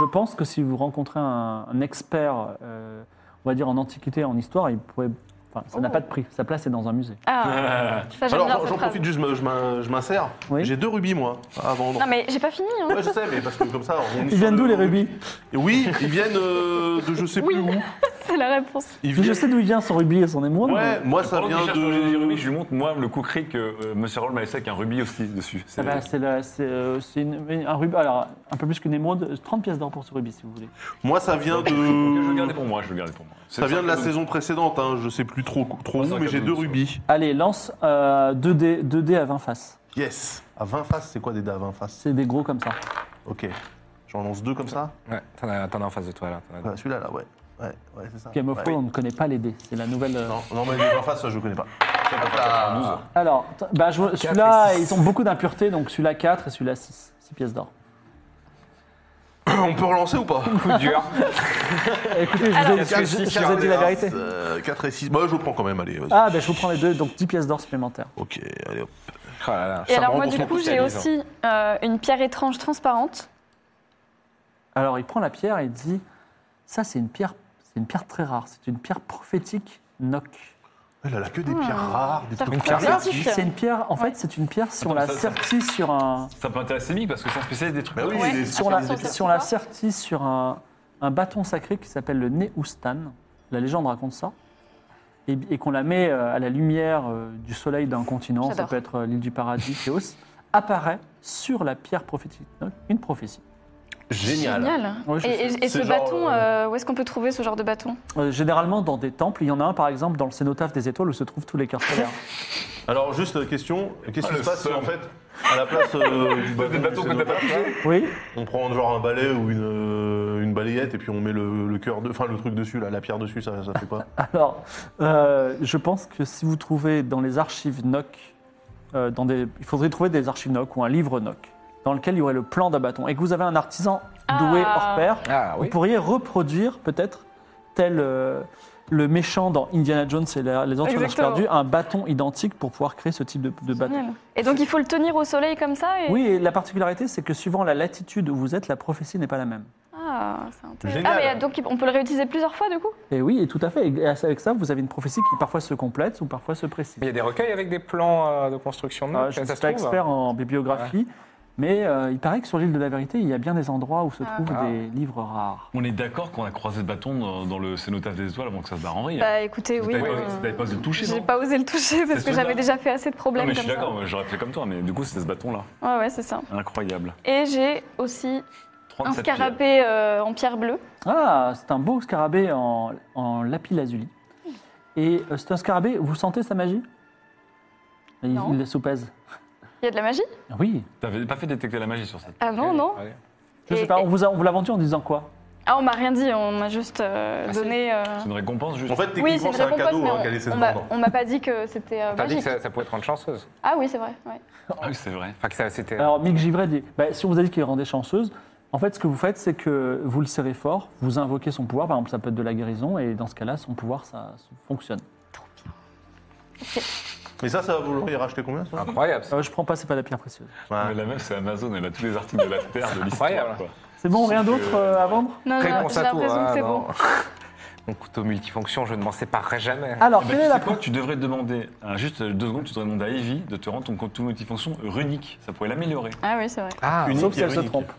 Speaker 1: je pense que si vous rencontrez un, un expert, euh, on va dire en antiquité, en histoire, il pourrait. Enfin, ça n'a
Speaker 2: Oh.
Speaker 1: pas de prix. Sa place est dans un musée.
Speaker 4: Euh,
Speaker 2: Ah, ça j'aime bien
Speaker 3: Alors,
Speaker 2: cette
Speaker 3: j'en
Speaker 2: phrase.
Speaker 3: profite juste, je me- je m'in- je m'insère.
Speaker 1: Oui.
Speaker 3: J'ai deux rubis, moi, à vendre.
Speaker 2: Non, mais j'ai pas fini. hein.
Speaker 3: Ouais, je sais, mais parce que comme ça, on est
Speaker 1: Ils
Speaker 3: sur
Speaker 1: viennent
Speaker 3: le-
Speaker 1: d'où les rubis
Speaker 3: Et Oui, ils viennent euh, de je sais
Speaker 2: Oui,
Speaker 3: plus où.
Speaker 2: c'est la réponse.
Speaker 3: Ils
Speaker 1: Je
Speaker 3: viennent-
Speaker 1: sais d'où il vient son rubis et son émeraude.
Speaker 3: Ouais, moi ça
Speaker 4: Pendant qu'il
Speaker 3: vient
Speaker 4: cherche l'objet du rubis,
Speaker 3: de.
Speaker 4: je lui montre, moi, le coup cri que euh, Monsieur Roll m'a laissé avec un rubis aussi dessus. C'est-
Speaker 1: Ah bah, c'est la- c'est, euh, c'est une- un rubis. Alors, un peu plus qu'une émeraude, 30 pièces d'or pour ce rubis si vous voulez.
Speaker 3: Moi ça vient
Speaker 4: Je vais le garder
Speaker 3: de.
Speaker 4: pour moi, je vais le garder pour moi. C'est
Speaker 3: Ça vient de la
Speaker 4: cinq-
Speaker 3: saison précédente, hein, je sais plus trop, trop
Speaker 4: c'est
Speaker 3: où,
Speaker 4: un
Speaker 3: mais j'ai deux
Speaker 4: cadeau, ça.
Speaker 3: rubis.
Speaker 1: Allez, lance euh, 2D, 2D à 20 faces.
Speaker 3: Yes À 20 faces, c'est quoi des dés à 20 faces
Speaker 1: C'est des gros comme ça.
Speaker 3: Ok. J'en lance deux comme ça
Speaker 5: Ouais, t'en as, t'en as en face de toi là. t'en as deux.
Speaker 3: Ah, Celui-là, là, ouais. Ouais, ouais, c'est ça.
Speaker 1: Game of
Speaker 3: Ouais.
Speaker 1: Thrones, on ne connaît pas les dés. C'est la nouvelle. euh,
Speaker 3: Non, non, mais les 20 faces, je connais pas. Hop là.
Speaker 1: Alors, t- bah, je-
Speaker 5: et
Speaker 1: celui-là,
Speaker 5: six.
Speaker 1: ils ont beaucoup d'impuretés, donc celui-là 4 et celui-là 6. 6 pièces d'or.
Speaker 3: Euh, On peut relancer ou pas
Speaker 5: Coup dur.
Speaker 1: Écoutez, je vous ai, je- je- je vous ai dit la vérité.
Speaker 3: 4 et 6. Bah, je vous prends quand même, allez. vas-y.
Speaker 1: Ah, ben je vous prends les deux, donc 10 pièces d'or supplémentaires.
Speaker 3: Ok, allez hop.
Speaker 5: Oh là là,
Speaker 2: Et
Speaker 5: ça me
Speaker 2: alors,
Speaker 5: rend
Speaker 2: moi,
Speaker 5: compte
Speaker 2: du
Speaker 5: qu'on
Speaker 2: coup,
Speaker 5: pousse
Speaker 2: j'ai
Speaker 5: à dix ans.
Speaker 2: aussi euh, une pierre étrange transparente.
Speaker 1: Alors, il prend la pierre et il dit Ça, c'est une pierre, c'est une pierre très rare. C'est une pierre prophétique Nok.
Speaker 3: Elle a la queue des pierres rares, des
Speaker 2: Pierre
Speaker 3: trucs
Speaker 5: Pierre
Speaker 1: Alors,
Speaker 2: prophétique.
Speaker 1: C'est une pierre, en fait, c'est une pierre, si on
Speaker 4: Attends,
Speaker 1: la
Speaker 4: ça, ça-
Speaker 1: sertit sur un.
Speaker 4: Ça peut intéresser Mick parce que c'est un spécialiste des trucs.
Speaker 3: Bah oui,
Speaker 2: Ouais.
Speaker 3: des-
Speaker 1: Si on la,
Speaker 2: Attention, ça
Speaker 1: si on la
Speaker 2: se
Speaker 1: sertit sur un, un bâton sacré qui s'appelle le Neustan, la légende raconte ça, et, et qu'on la met euh, à la lumière euh, du soleil d'un continent, ça
Speaker 2: J'adore.
Speaker 1: peut être euh, l'île du paradis, Théos, apparaît sur la pierre prophétique, donc une prophétie.
Speaker 3: Génial.
Speaker 2: Génial.
Speaker 1: Oui, je
Speaker 2: et, et- et
Speaker 3: C'est
Speaker 2: ce
Speaker 3: genre,
Speaker 2: bâton,
Speaker 3: euh,
Speaker 2: euh, où est-ce qu'on peut trouver ce genre de bâton
Speaker 1: Euh, généralement dans des temples, il y en a un par exemple dans le cénotaphe des étoiles où se trouvent tous les cœurs stellaires.
Speaker 3: Alors, juste euh, question, qu'est-ce
Speaker 4: Ah,
Speaker 3: qui
Speaker 4: le
Speaker 3: se passe si,
Speaker 4: seum.
Speaker 3: en fait, à la place euh, du bâton,
Speaker 4: Des bâtons
Speaker 3: du
Speaker 4: que t'as pas
Speaker 3: scénographe, là,
Speaker 1: oui,
Speaker 3: on prend genre un balai ou une, euh, une balayette et puis on met le, le cœur, de, enfin le truc dessus, là, la pierre dessus, ça, ça fait quoi
Speaker 1: alors euh, je pense que si vous trouvez dans les archives Noc euh, dans des, il faudrait trouver des archives NOC ou un livre NOC dans lequel il y aurait le plan d'un bâton et que vous avez un artisan doué
Speaker 2: Ah.
Speaker 1: hors pair,
Speaker 5: Ah
Speaker 1: vous pourriez reproduire peut-être tel euh, le méchant dans Indiana Jones et la- les autres Exactement.
Speaker 2: Exactement.
Speaker 1: perdus, un bâton identique pour pouvoir créer ce type de, de bâton.
Speaker 2: Génial. Et donc il faut le tenir au soleil comme ça et...
Speaker 1: Oui, et la particularité, c'est que suivant la latitude où vous êtes, la prophétie n'est pas la même.
Speaker 2: Ah, c'est intéressant.
Speaker 4: Génial.
Speaker 2: Ah, mais donc on peut le réutiliser plusieurs fois du coup
Speaker 1: Et oui, et tout à fait. Et avec ça, vous avez une prophétie qui parfois se complète ou parfois se précise.
Speaker 5: Il y a des recueils avec des plans euh, de construction de
Speaker 1: Ah,
Speaker 5: notes,
Speaker 1: je ne
Speaker 5: ça
Speaker 1: suis
Speaker 5: se
Speaker 1: pas
Speaker 5: trouve hein.
Speaker 1: expert en bibliographie, mais euh, il paraît que sur l'île de la vérité, il y a bien des endroits où se trouvent
Speaker 5: Ah.
Speaker 1: des livres rares.
Speaker 4: On est d'accord qu'on a croisé le bâton dans, dans le cénotaphe des étoiles avant que ça se barre en vrille.
Speaker 2: Bah écoutez,
Speaker 4: Vous
Speaker 2: oui.
Speaker 4: n'avez
Speaker 2: euh,
Speaker 4: pas- vous n'avez pas osé le toucher,
Speaker 2: J'ai
Speaker 4: non
Speaker 2: pas osé le toucher parce
Speaker 4: C'est
Speaker 2: que j'avais
Speaker 4: celui-là.
Speaker 2: déjà fait assez de
Speaker 4: Non,
Speaker 2: problèmes
Speaker 4: mais je
Speaker 2: comme
Speaker 4: suis
Speaker 2: ça.
Speaker 4: d'accord, j'aurais fait comme toi, mais du coup, c'était ce bâton-là.
Speaker 2: Ouais, ouais, c'est ça.
Speaker 4: Incroyable.
Speaker 2: Et j'ai aussi
Speaker 4: 37
Speaker 2: un
Speaker 4: pieds.
Speaker 2: scarabée euh, en pierre bleue.
Speaker 1: Ah, c'est un beau scarabée en, en lapis lazuli. Et euh, c'est un scarabée, vous sentez sa magie il,
Speaker 2: Non.
Speaker 1: il soupèse.
Speaker 2: Il y a de la magie
Speaker 1: Oui.
Speaker 4: T'avais pas fait détecter la magie sur cette.
Speaker 2: Ah non, non.
Speaker 1: Je
Speaker 2: Et-
Speaker 1: sais pas,
Speaker 2: et-
Speaker 1: on vous, a- on vous l'a vendu en disant quoi
Speaker 2: Ah, on m'a rien dit, on m'a juste euh,
Speaker 5: Ah, si.
Speaker 2: donné. euh,
Speaker 4: C'est une récompense juste.
Speaker 3: En fait,
Speaker 2: Oui, c'est
Speaker 3: techniquement,
Speaker 2: une
Speaker 3: c'est un
Speaker 2: récompense,
Speaker 3: cadeau
Speaker 2: mais
Speaker 3: hein,
Speaker 2: on-
Speaker 3: qu'elle essaie
Speaker 2: on
Speaker 3: de
Speaker 2: m'a-
Speaker 3: vendre.
Speaker 2: on m'a pas dit que c'était euh,
Speaker 5: T'as dit que
Speaker 2: magique.
Speaker 5: ça, ça pouvait être rendre chanceuse.
Speaker 2: Ah oui, c'est vrai. ouais.
Speaker 4: Ah oui, c'est vrai.
Speaker 5: Enfin, que ça, c'était.
Speaker 1: Alors, Mick Givray dit bah, si on vous a dit qu'il rendait chanceuse, en fait, ce que vous faites, c'est que vous le serrez fort, vous invoquez son pouvoir, par exemple, ça peut être de la guérison, et dans ce cas-là, son pouvoir, ça ça fonctionne.
Speaker 3: Mais ça, ça vous l'auriez racheté combien ça
Speaker 5: Incroyable. ça.
Speaker 1: Euh, je prends pas, c'est pas la pierre précieuse.
Speaker 4: Mais la meuf, c'est Amazon, elle a tous les articles de la Terre, de l'histoire.
Speaker 5: Incroyable.
Speaker 4: quoi.
Speaker 1: C'est bon, rien
Speaker 4: que-
Speaker 1: d'autre euh, à vendre
Speaker 2: Non, non,
Speaker 5: Réponse
Speaker 2: j'ai
Speaker 5: à tout.
Speaker 2: l'impression que
Speaker 5: hein,
Speaker 2: c'est
Speaker 5: non.
Speaker 2: bon.
Speaker 5: Mon couteau multifonction, je ne m'en séparerai jamais.
Speaker 1: Alors,
Speaker 4: Eh ben,
Speaker 1: quelle
Speaker 4: tu
Speaker 1: est
Speaker 4: sais
Speaker 1: la
Speaker 4: quoi Tu devrais demander, hein, juste deux secondes, tu devrais demander à Evie de te rendre ton compte tout multifonction runique. Ça pourrait l'améliorer.
Speaker 2: Ah oui, c'est vrai.
Speaker 5: Ah,
Speaker 3: Une-
Speaker 1: Sauf si
Speaker 3: et
Speaker 1: elle se
Speaker 3: unique.
Speaker 1: trompe.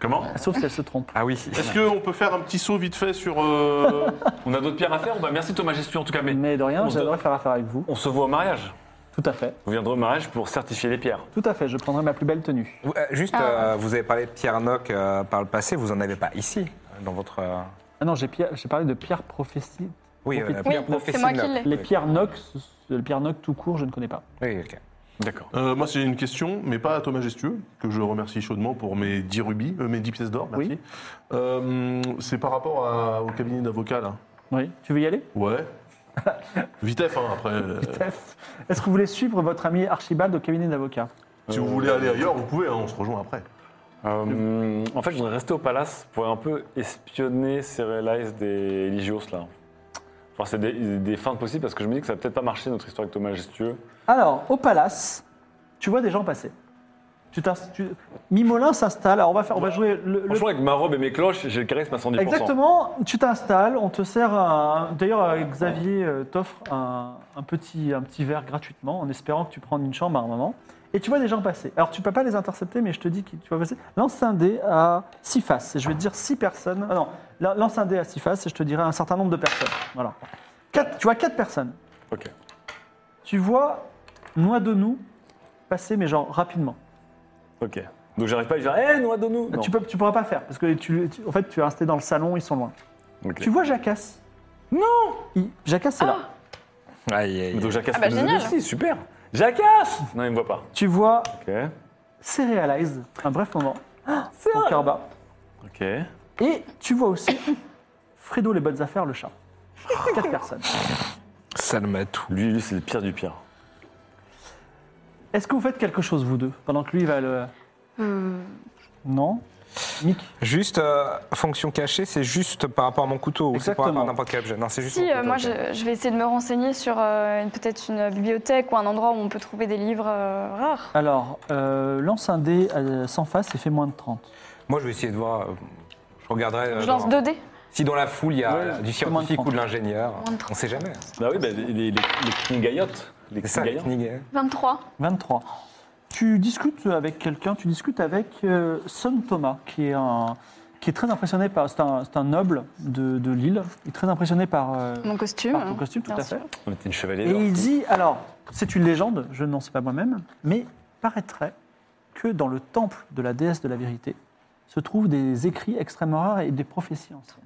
Speaker 4: Comment
Speaker 1: Sauf si elle se trompe.
Speaker 5: ah oui.
Speaker 3: Est-ce qu'on peut faire un petit saut vite fait sur. euh,
Speaker 4: On a d'autres pierres à faire ou pas Merci Thomas Gestu en tout cas, mais
Speaker 1: Mais de rien,
Speaker 4: on se-
Speaker 1: j'adorerais faire affaire avec vous.
Speaker 4: on se voit au mariage.
Speaker 1: Tout à fait.
Speaker 4: Vous viendrez au mariage pour certifier les pierres.
Speaker 1: Tout à fait, je prendrai ma plus belle tenue.
Speaker 5: Vous- euh, Juste,
Speaker 2: Ah.
Speaker 5: euh, vous avez parlé de Pierre Nock euh, par le passé, vous en avez pas ici, dans votre. euh,
Speaker 1: Ah non, j'ai Pierre- j'ai parlé de pierre prophétie.
Speaker 5: Oui, euh,
Speaker 1: Oui,
Speaker 5: Pierre
Speaker 2: c'est
Speaker 5: Prophétie
Speaker 2: moi qui
Speaker 5: Nock.
Speaker 2: l'ai.
Speaker 1: Les pierres nox, le pierre nox tout court, je ne connais pas.
Speaker 5: Oui, ok.
Speaker 4: D'accord.
Speaker 3: Euh, moi, c'est une question, mais pas à Thomas Gestueux, que je remercie chaudement pour mes 10 rubis, euh, mes 10 pièces d'or, merci.
Speaker 1: Oui.
Speaker 3: Euh, c'est par rapport à- au cabinet d'avocat, là.
Speaker 1: Oui, tu veux y aller
Speaker 3: Ouais. Vitef, hein, après. euh,
Speaker 1: Steph, Est-ce que vous voulez suivre votre ami Archibald au cabinet d'avocat
Speaker 3: si vous voulez aller ailleurs, vous pouvez, hein, on se rejoint après.
Speaker 4: Euh, en fait, je voudrais rester au palace pour un peu espionner ces Realize des Eligios là. Enfin, c'est des, des fins possibles parce que je me dis que ça va peut-être pas marcher notre histoire avec Thomas Gestueux.
Speaker 1: Alors, au palace, tu vois des gens passer. Tu t'ins- tu- Mimolin s'installe. Alors, on va, faire, on va jouer le- le,
Speaker 4: Franchement, avec ma robe et mes cloches, j'ai le charisme à 110%.
Speaker 1: Exactement, tu t'installes, on te sert un... D'ailleurs, euh, Xavier euh, t'offre un, un petit, un petit verre gratuitement en espérant que tu prennes une chambre à un moment. Et tu vois des gens passer. Alors, tu peux pas les intercepter, mais je te dis que tu vas passer. Lance un dé à 6 faces. Et je vais te dire 6 personnes. Ah non, la- lance un dé à 6 faces et je te dirai un certain nombre de personnes. Voilà. Quatre- tu vois 4 personnes.
Speaker 4: Ok.
Speaker 1: Tu vois Noix de nous passer, mais genre rapidement.
Speaker 4: Ok. Donc j'arrive pas à lui dire, hé, noix de nous
Speaker 1: Tu, peux, tu pourras pas faire parce que tu, tu- en fait, tu es resté dans le salon, ils sont loin. Tu vois Jacasse Non Jacasse est là.
Speaker 5: Aïe, aïe,
Speaker 4: Donc
Speaker 5: aïe.
Speaker 4: j'accasse
Speaker 2: Ah bah,
Speaker 4: les
Speaker 2: génial.
Speaker 4: ici, super J'accasse Non, il me voit pas.
Speaker 1: Tu vois
Speaker 4: Ok.
Speaker 1: Serialize, un bref moment, ton cœur bat.
Speaker 4: Ok.
Speaker 1: Et tu vois aussi Fredo les bonnes affaires, le chat. Quatre personnes.
Speaker 5: Salmatou.
Speaker 4: Lui, lui c'est le pire du pire.
Speaker 1: Est-ce que vous faites quelque chose, vous deux, pendant que lui va le...
Speaker 2: Euh.
Speaker 1: Non Mick
Speaker 5: Juste, euh, fonction cachée, c'est juste par rapport à mon couteau ou c'est
Speaker 1: Exactement.
Speaker 5: par rapport à n'importe quel objet Non, c'est juste.
Speaker 2: Si,
Speaker 5: mon
Speaker 2: euh,
Speaker 5: couteau,
Speaker 2: moi
Speaker 5: ok.
Speaker 2: je, je vais essayer de me renseigner sur euh, une- peut-être une bibliothèque ou un endroit où on peut trouver des livres euh, rares.
Speaker 1: Alors, euh, lance un dé euh, sans face et fais moins de 30.
Speaker 5: Moi, je vais essayer de voir. euh, Je regarderai. euh,
Speaker 2: Je lance
Speaker 5: dans-
Speaker 2: 2 dés.
Speaker 5: Si dans la foule, il y a
Speaker 1: Ouais,
Speaker 5: euh, du
Speaker 1: c'est moins de
Speaker 5: scientifique
Speaker 1: trente.
Speaker 5: ou de l'ingénieur,
Speaker 2: Moins de trente.
Speaker 5: on sait jamais.
Speaker 4: Bah oui, bah, les, les, les, les Kningayotes, Les
Speaker 5: C'est ça, hein.
Speaker 4: Kningayotes.
Speaker 5: Kniga.
Speaker 2: 23.
Speaker 1: 23. Tu discutes avec quelqu'un, tu discutes avec euh, Son Thomas, qui est, un, qui est très impressionné par... C'est un, c'est un noble de, de l'île, il est très impressionné par, euh,
Speaker 2: Mon costume.
Speaker 1: par ton costume, tout
Speaker 2: bien
Speaker 1: à fait.
Speaker 2: sûr.
Speaker 4: On était une chevalier
Speaker 1: Et
Speaker 4: d'or.
Speaker 1: il dit, alors, c'est une légende, je n'en sais pas moi-même, mais paraîtrait que dans le temple de la déesse de la vérité se trouvent des écrits extrêmement rares et des prophéties anciennes.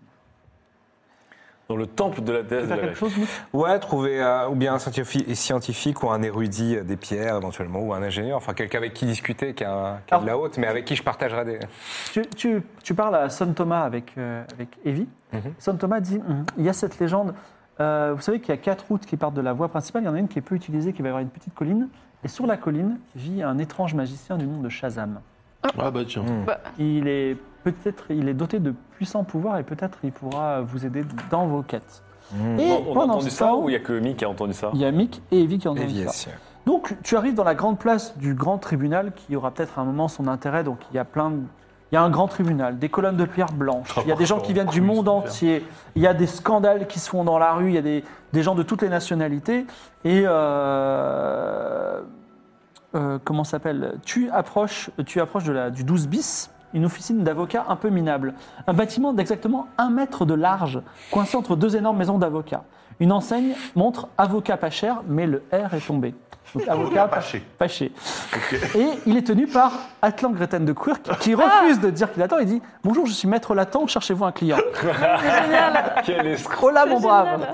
Speaker 4: Dans le temple de la
Speaker 1: Tu veux
Speaker 4: déesse de
Speaker 1: faire
Speaker 4: la
Speaker 1: quelque
Speaker 4: Lèche.
Speaker 1: chose, Nick
Speaker 5: Ouais, trouver euh, ou bien un scientifique, scientifique ou un érudit euh, des pierres éventuellement, ou un ingénieur, enfin quelqu'un avec qui discuter, qui a, qui a de la haute, mais avec qui je partagerai des.
Speaker 1: tu, tu- tu parles à Son Thomas avec, euh, avec Evie. Son Thomas dit, Hum, il y a cette légende, euh, vous savez qu'il y a quatre routes qui partent de la voie principale, il y en a une qui est peu utilisée, qui va y avoir une petite colline, Et sur la colline vit un étrange magicien du nom de Shazam.
Speaker 3: Ah bah tiens.
Speaker 1: Il est peut-être, il est doté de puissants pouvoirs et peut-être il pourra vous aider dans vos quêtes. Et
Speaker 4: On a
Speaker 1: pendant
Speaker 4: entendu
Speaker 1: ce
Speaker 4: ça
Speaker 1: temps,
Speaker 4: ou il y a que Mi qui a entendu ça
Speaker 1: il y a Mick et Evie qui ont
Speaker 5: Et
Speaker 1: entendu ça.
Speaker 5: yes.
Speaker 1: Donc, tu arrives dans la grande place du grand tribunal qui aura peut-être à un moment son intérêt. Donc, il y a plein de- Il y a un grand tribunal, des colonnes de pierre blanche, il y a des gens qui viennent du monde entier, il y a des scandales qui se font dans la rue, il y a des, des gens de toutes les nationalités. Et euh, euh, comment ça s'appelle Tu approches, tu approches de la, du 12 bis, une officine d'avocats un peu minable. Un bâtiment d'exactement un mètre de large, coincé entre deux énormes maisons d'avocats. Une enseigne montre avocat pas cher, mais le R est tombé. Donc, avocat pas
Speaker 3: cher.
Speaker 1: pas cher. Et il est tenu par Atlan Greten de Quirk, qui refuse de dire qu'il attend. Il dit Bonjour, je suis maître Latan, cherchez-vous un client.
Speaker 4: Quel escroc
Speaker 1: Hola, mon brave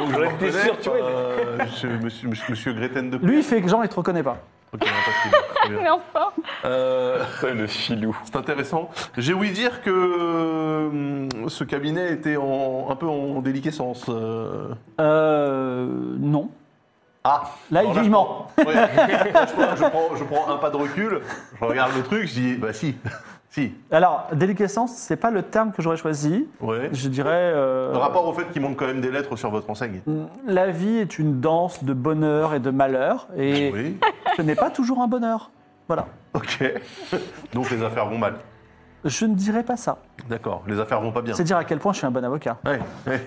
Speaker 2: Génial.
Speaker 3: Donc je
Speaker 4: J'aurais été
Speaker 3: reconnais
Speaker 4: sûr, tu
Speaker 3: pas,
Speaker 4: vois.
Speaker 3: euh, je- monsieur, monsieur- monsieur Greten de
Speaker 1: Lui, il fait que Jean, il te reconnaît pas.
Speaker 3: Ok, on va passer. Très bien.
Speaker 2: Mais enfin
Speaker 3: Euh,
Speaker 4: Le filou.
Speaker 3: C'est intéressant. J'ai ouï dire que euh, ce cabinet était en- un peu en déliquescence. euh.
Speaker 1: Euh. Non.
Speaker 3: Ah
Speaker 1: Là,
Speaker 3: Alors
Speaker 1: il dit,
Speaker 3: je
Speaker 1: il ment.
Speaker 3: prends- ouais. Là, je, prends, je prends- je prends un pas de recul, je regarde le truc, je dis bah si, si.
Speaker 1: Alors, déliquescence, c'est pas le terme que j'aurais choisi.
Speaker 3: Ouais.
Speaker 1: Je dirais. euh,
Speaker 3: Par rapport au fait qu'il manque quand même des lettres sur votre enseigne.
Speaker 1: La vie est une danse de bonheur et de malheur, et
Speaker 3: Oui.
Speaker 1: ce n'est pas toujours un bonheur. Voilà.
Speaker 3: Ok. Donc les affaires vont mal.
Speaker 1: Je ne dirais pas ça.
Speaker 3: D'accord. Les affaires vont pas bien.
Speaker 1: C'est dire à quel point je suis un bon avocat.
Speaker 3: Ouais, ouais.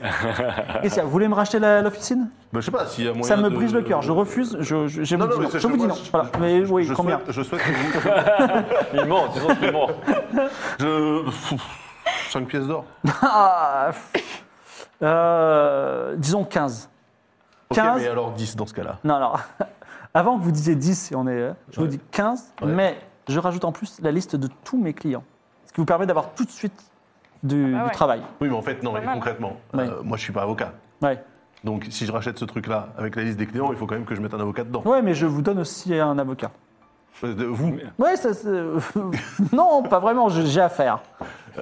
Speaker 1: Qu'est-ce qu'il y a Vous voulez me racheter la- l'officine
Speaker 3: Bah, je sais pas s'il y a moyen
Speaker 1: Ça me
Speaker 3: de-
Speaker 1: brise le cœur. Je refuse. Je, je, j'ai
Speaker 3: euh, Non,
Speaker 1: vous
Speaker 3: non,
Speaker 1: dit
Speaker 3: mais
Speaker 1: non.
Speaker 3: c'est-
Speaker 1: Je vous dis
Speaker 3: moi,
Speaker 1: non. Voilà. Mais oui,
Speaker 3: je
Speaker 1: combien
Speaker 3: souhaite, je souhaite que vous.
Speaker 4: Il ment, tu sens qu'il ment.
Speaker 3: je... 5 pièces d'or.
Speaker 1: Ah, pff. Euh, Disons 15.
Speaker 3: Ok,
Speaker 1: 15.
Speaker 3: mais alors 10 dans ce cas-là.
Speaker 1: Non, alors, avant que vous disiez 10, et on est, euh, je
Speaker 3: Ouais.
Speaker 1: vous dis 15,
Speaker 3: Ouais.
Speaker 1: mais je rajoute en plus la liste de tous mes clients. Ce qui vous permet d'avoir tout de suite du,
Speaker 2: Ah bah
Speaker 1: du
Speaker 2: ouais.
Speaker 1: travail.
Speaker 3: Oui, mais en fait, non, mais
Speaker 2: mal.
Speaker 3: concrètement,
Speaker 1: Ouais.
Speaker 3: euh, moi je suis pas avocat.
Speaker 1: Ouais.
Speaker 3: Donc si je rachète ce truc-là avec la liste des clients, il faut quand même que je mette un avocat dedans.
Speaker 1: ouais, mais je vous donne aussi un avocat.
Speaker 3: Euh, de- vous,
Speaker 1: Ouais, ça. c'est- euh, non, pas vraiment, je- j'ai affaire.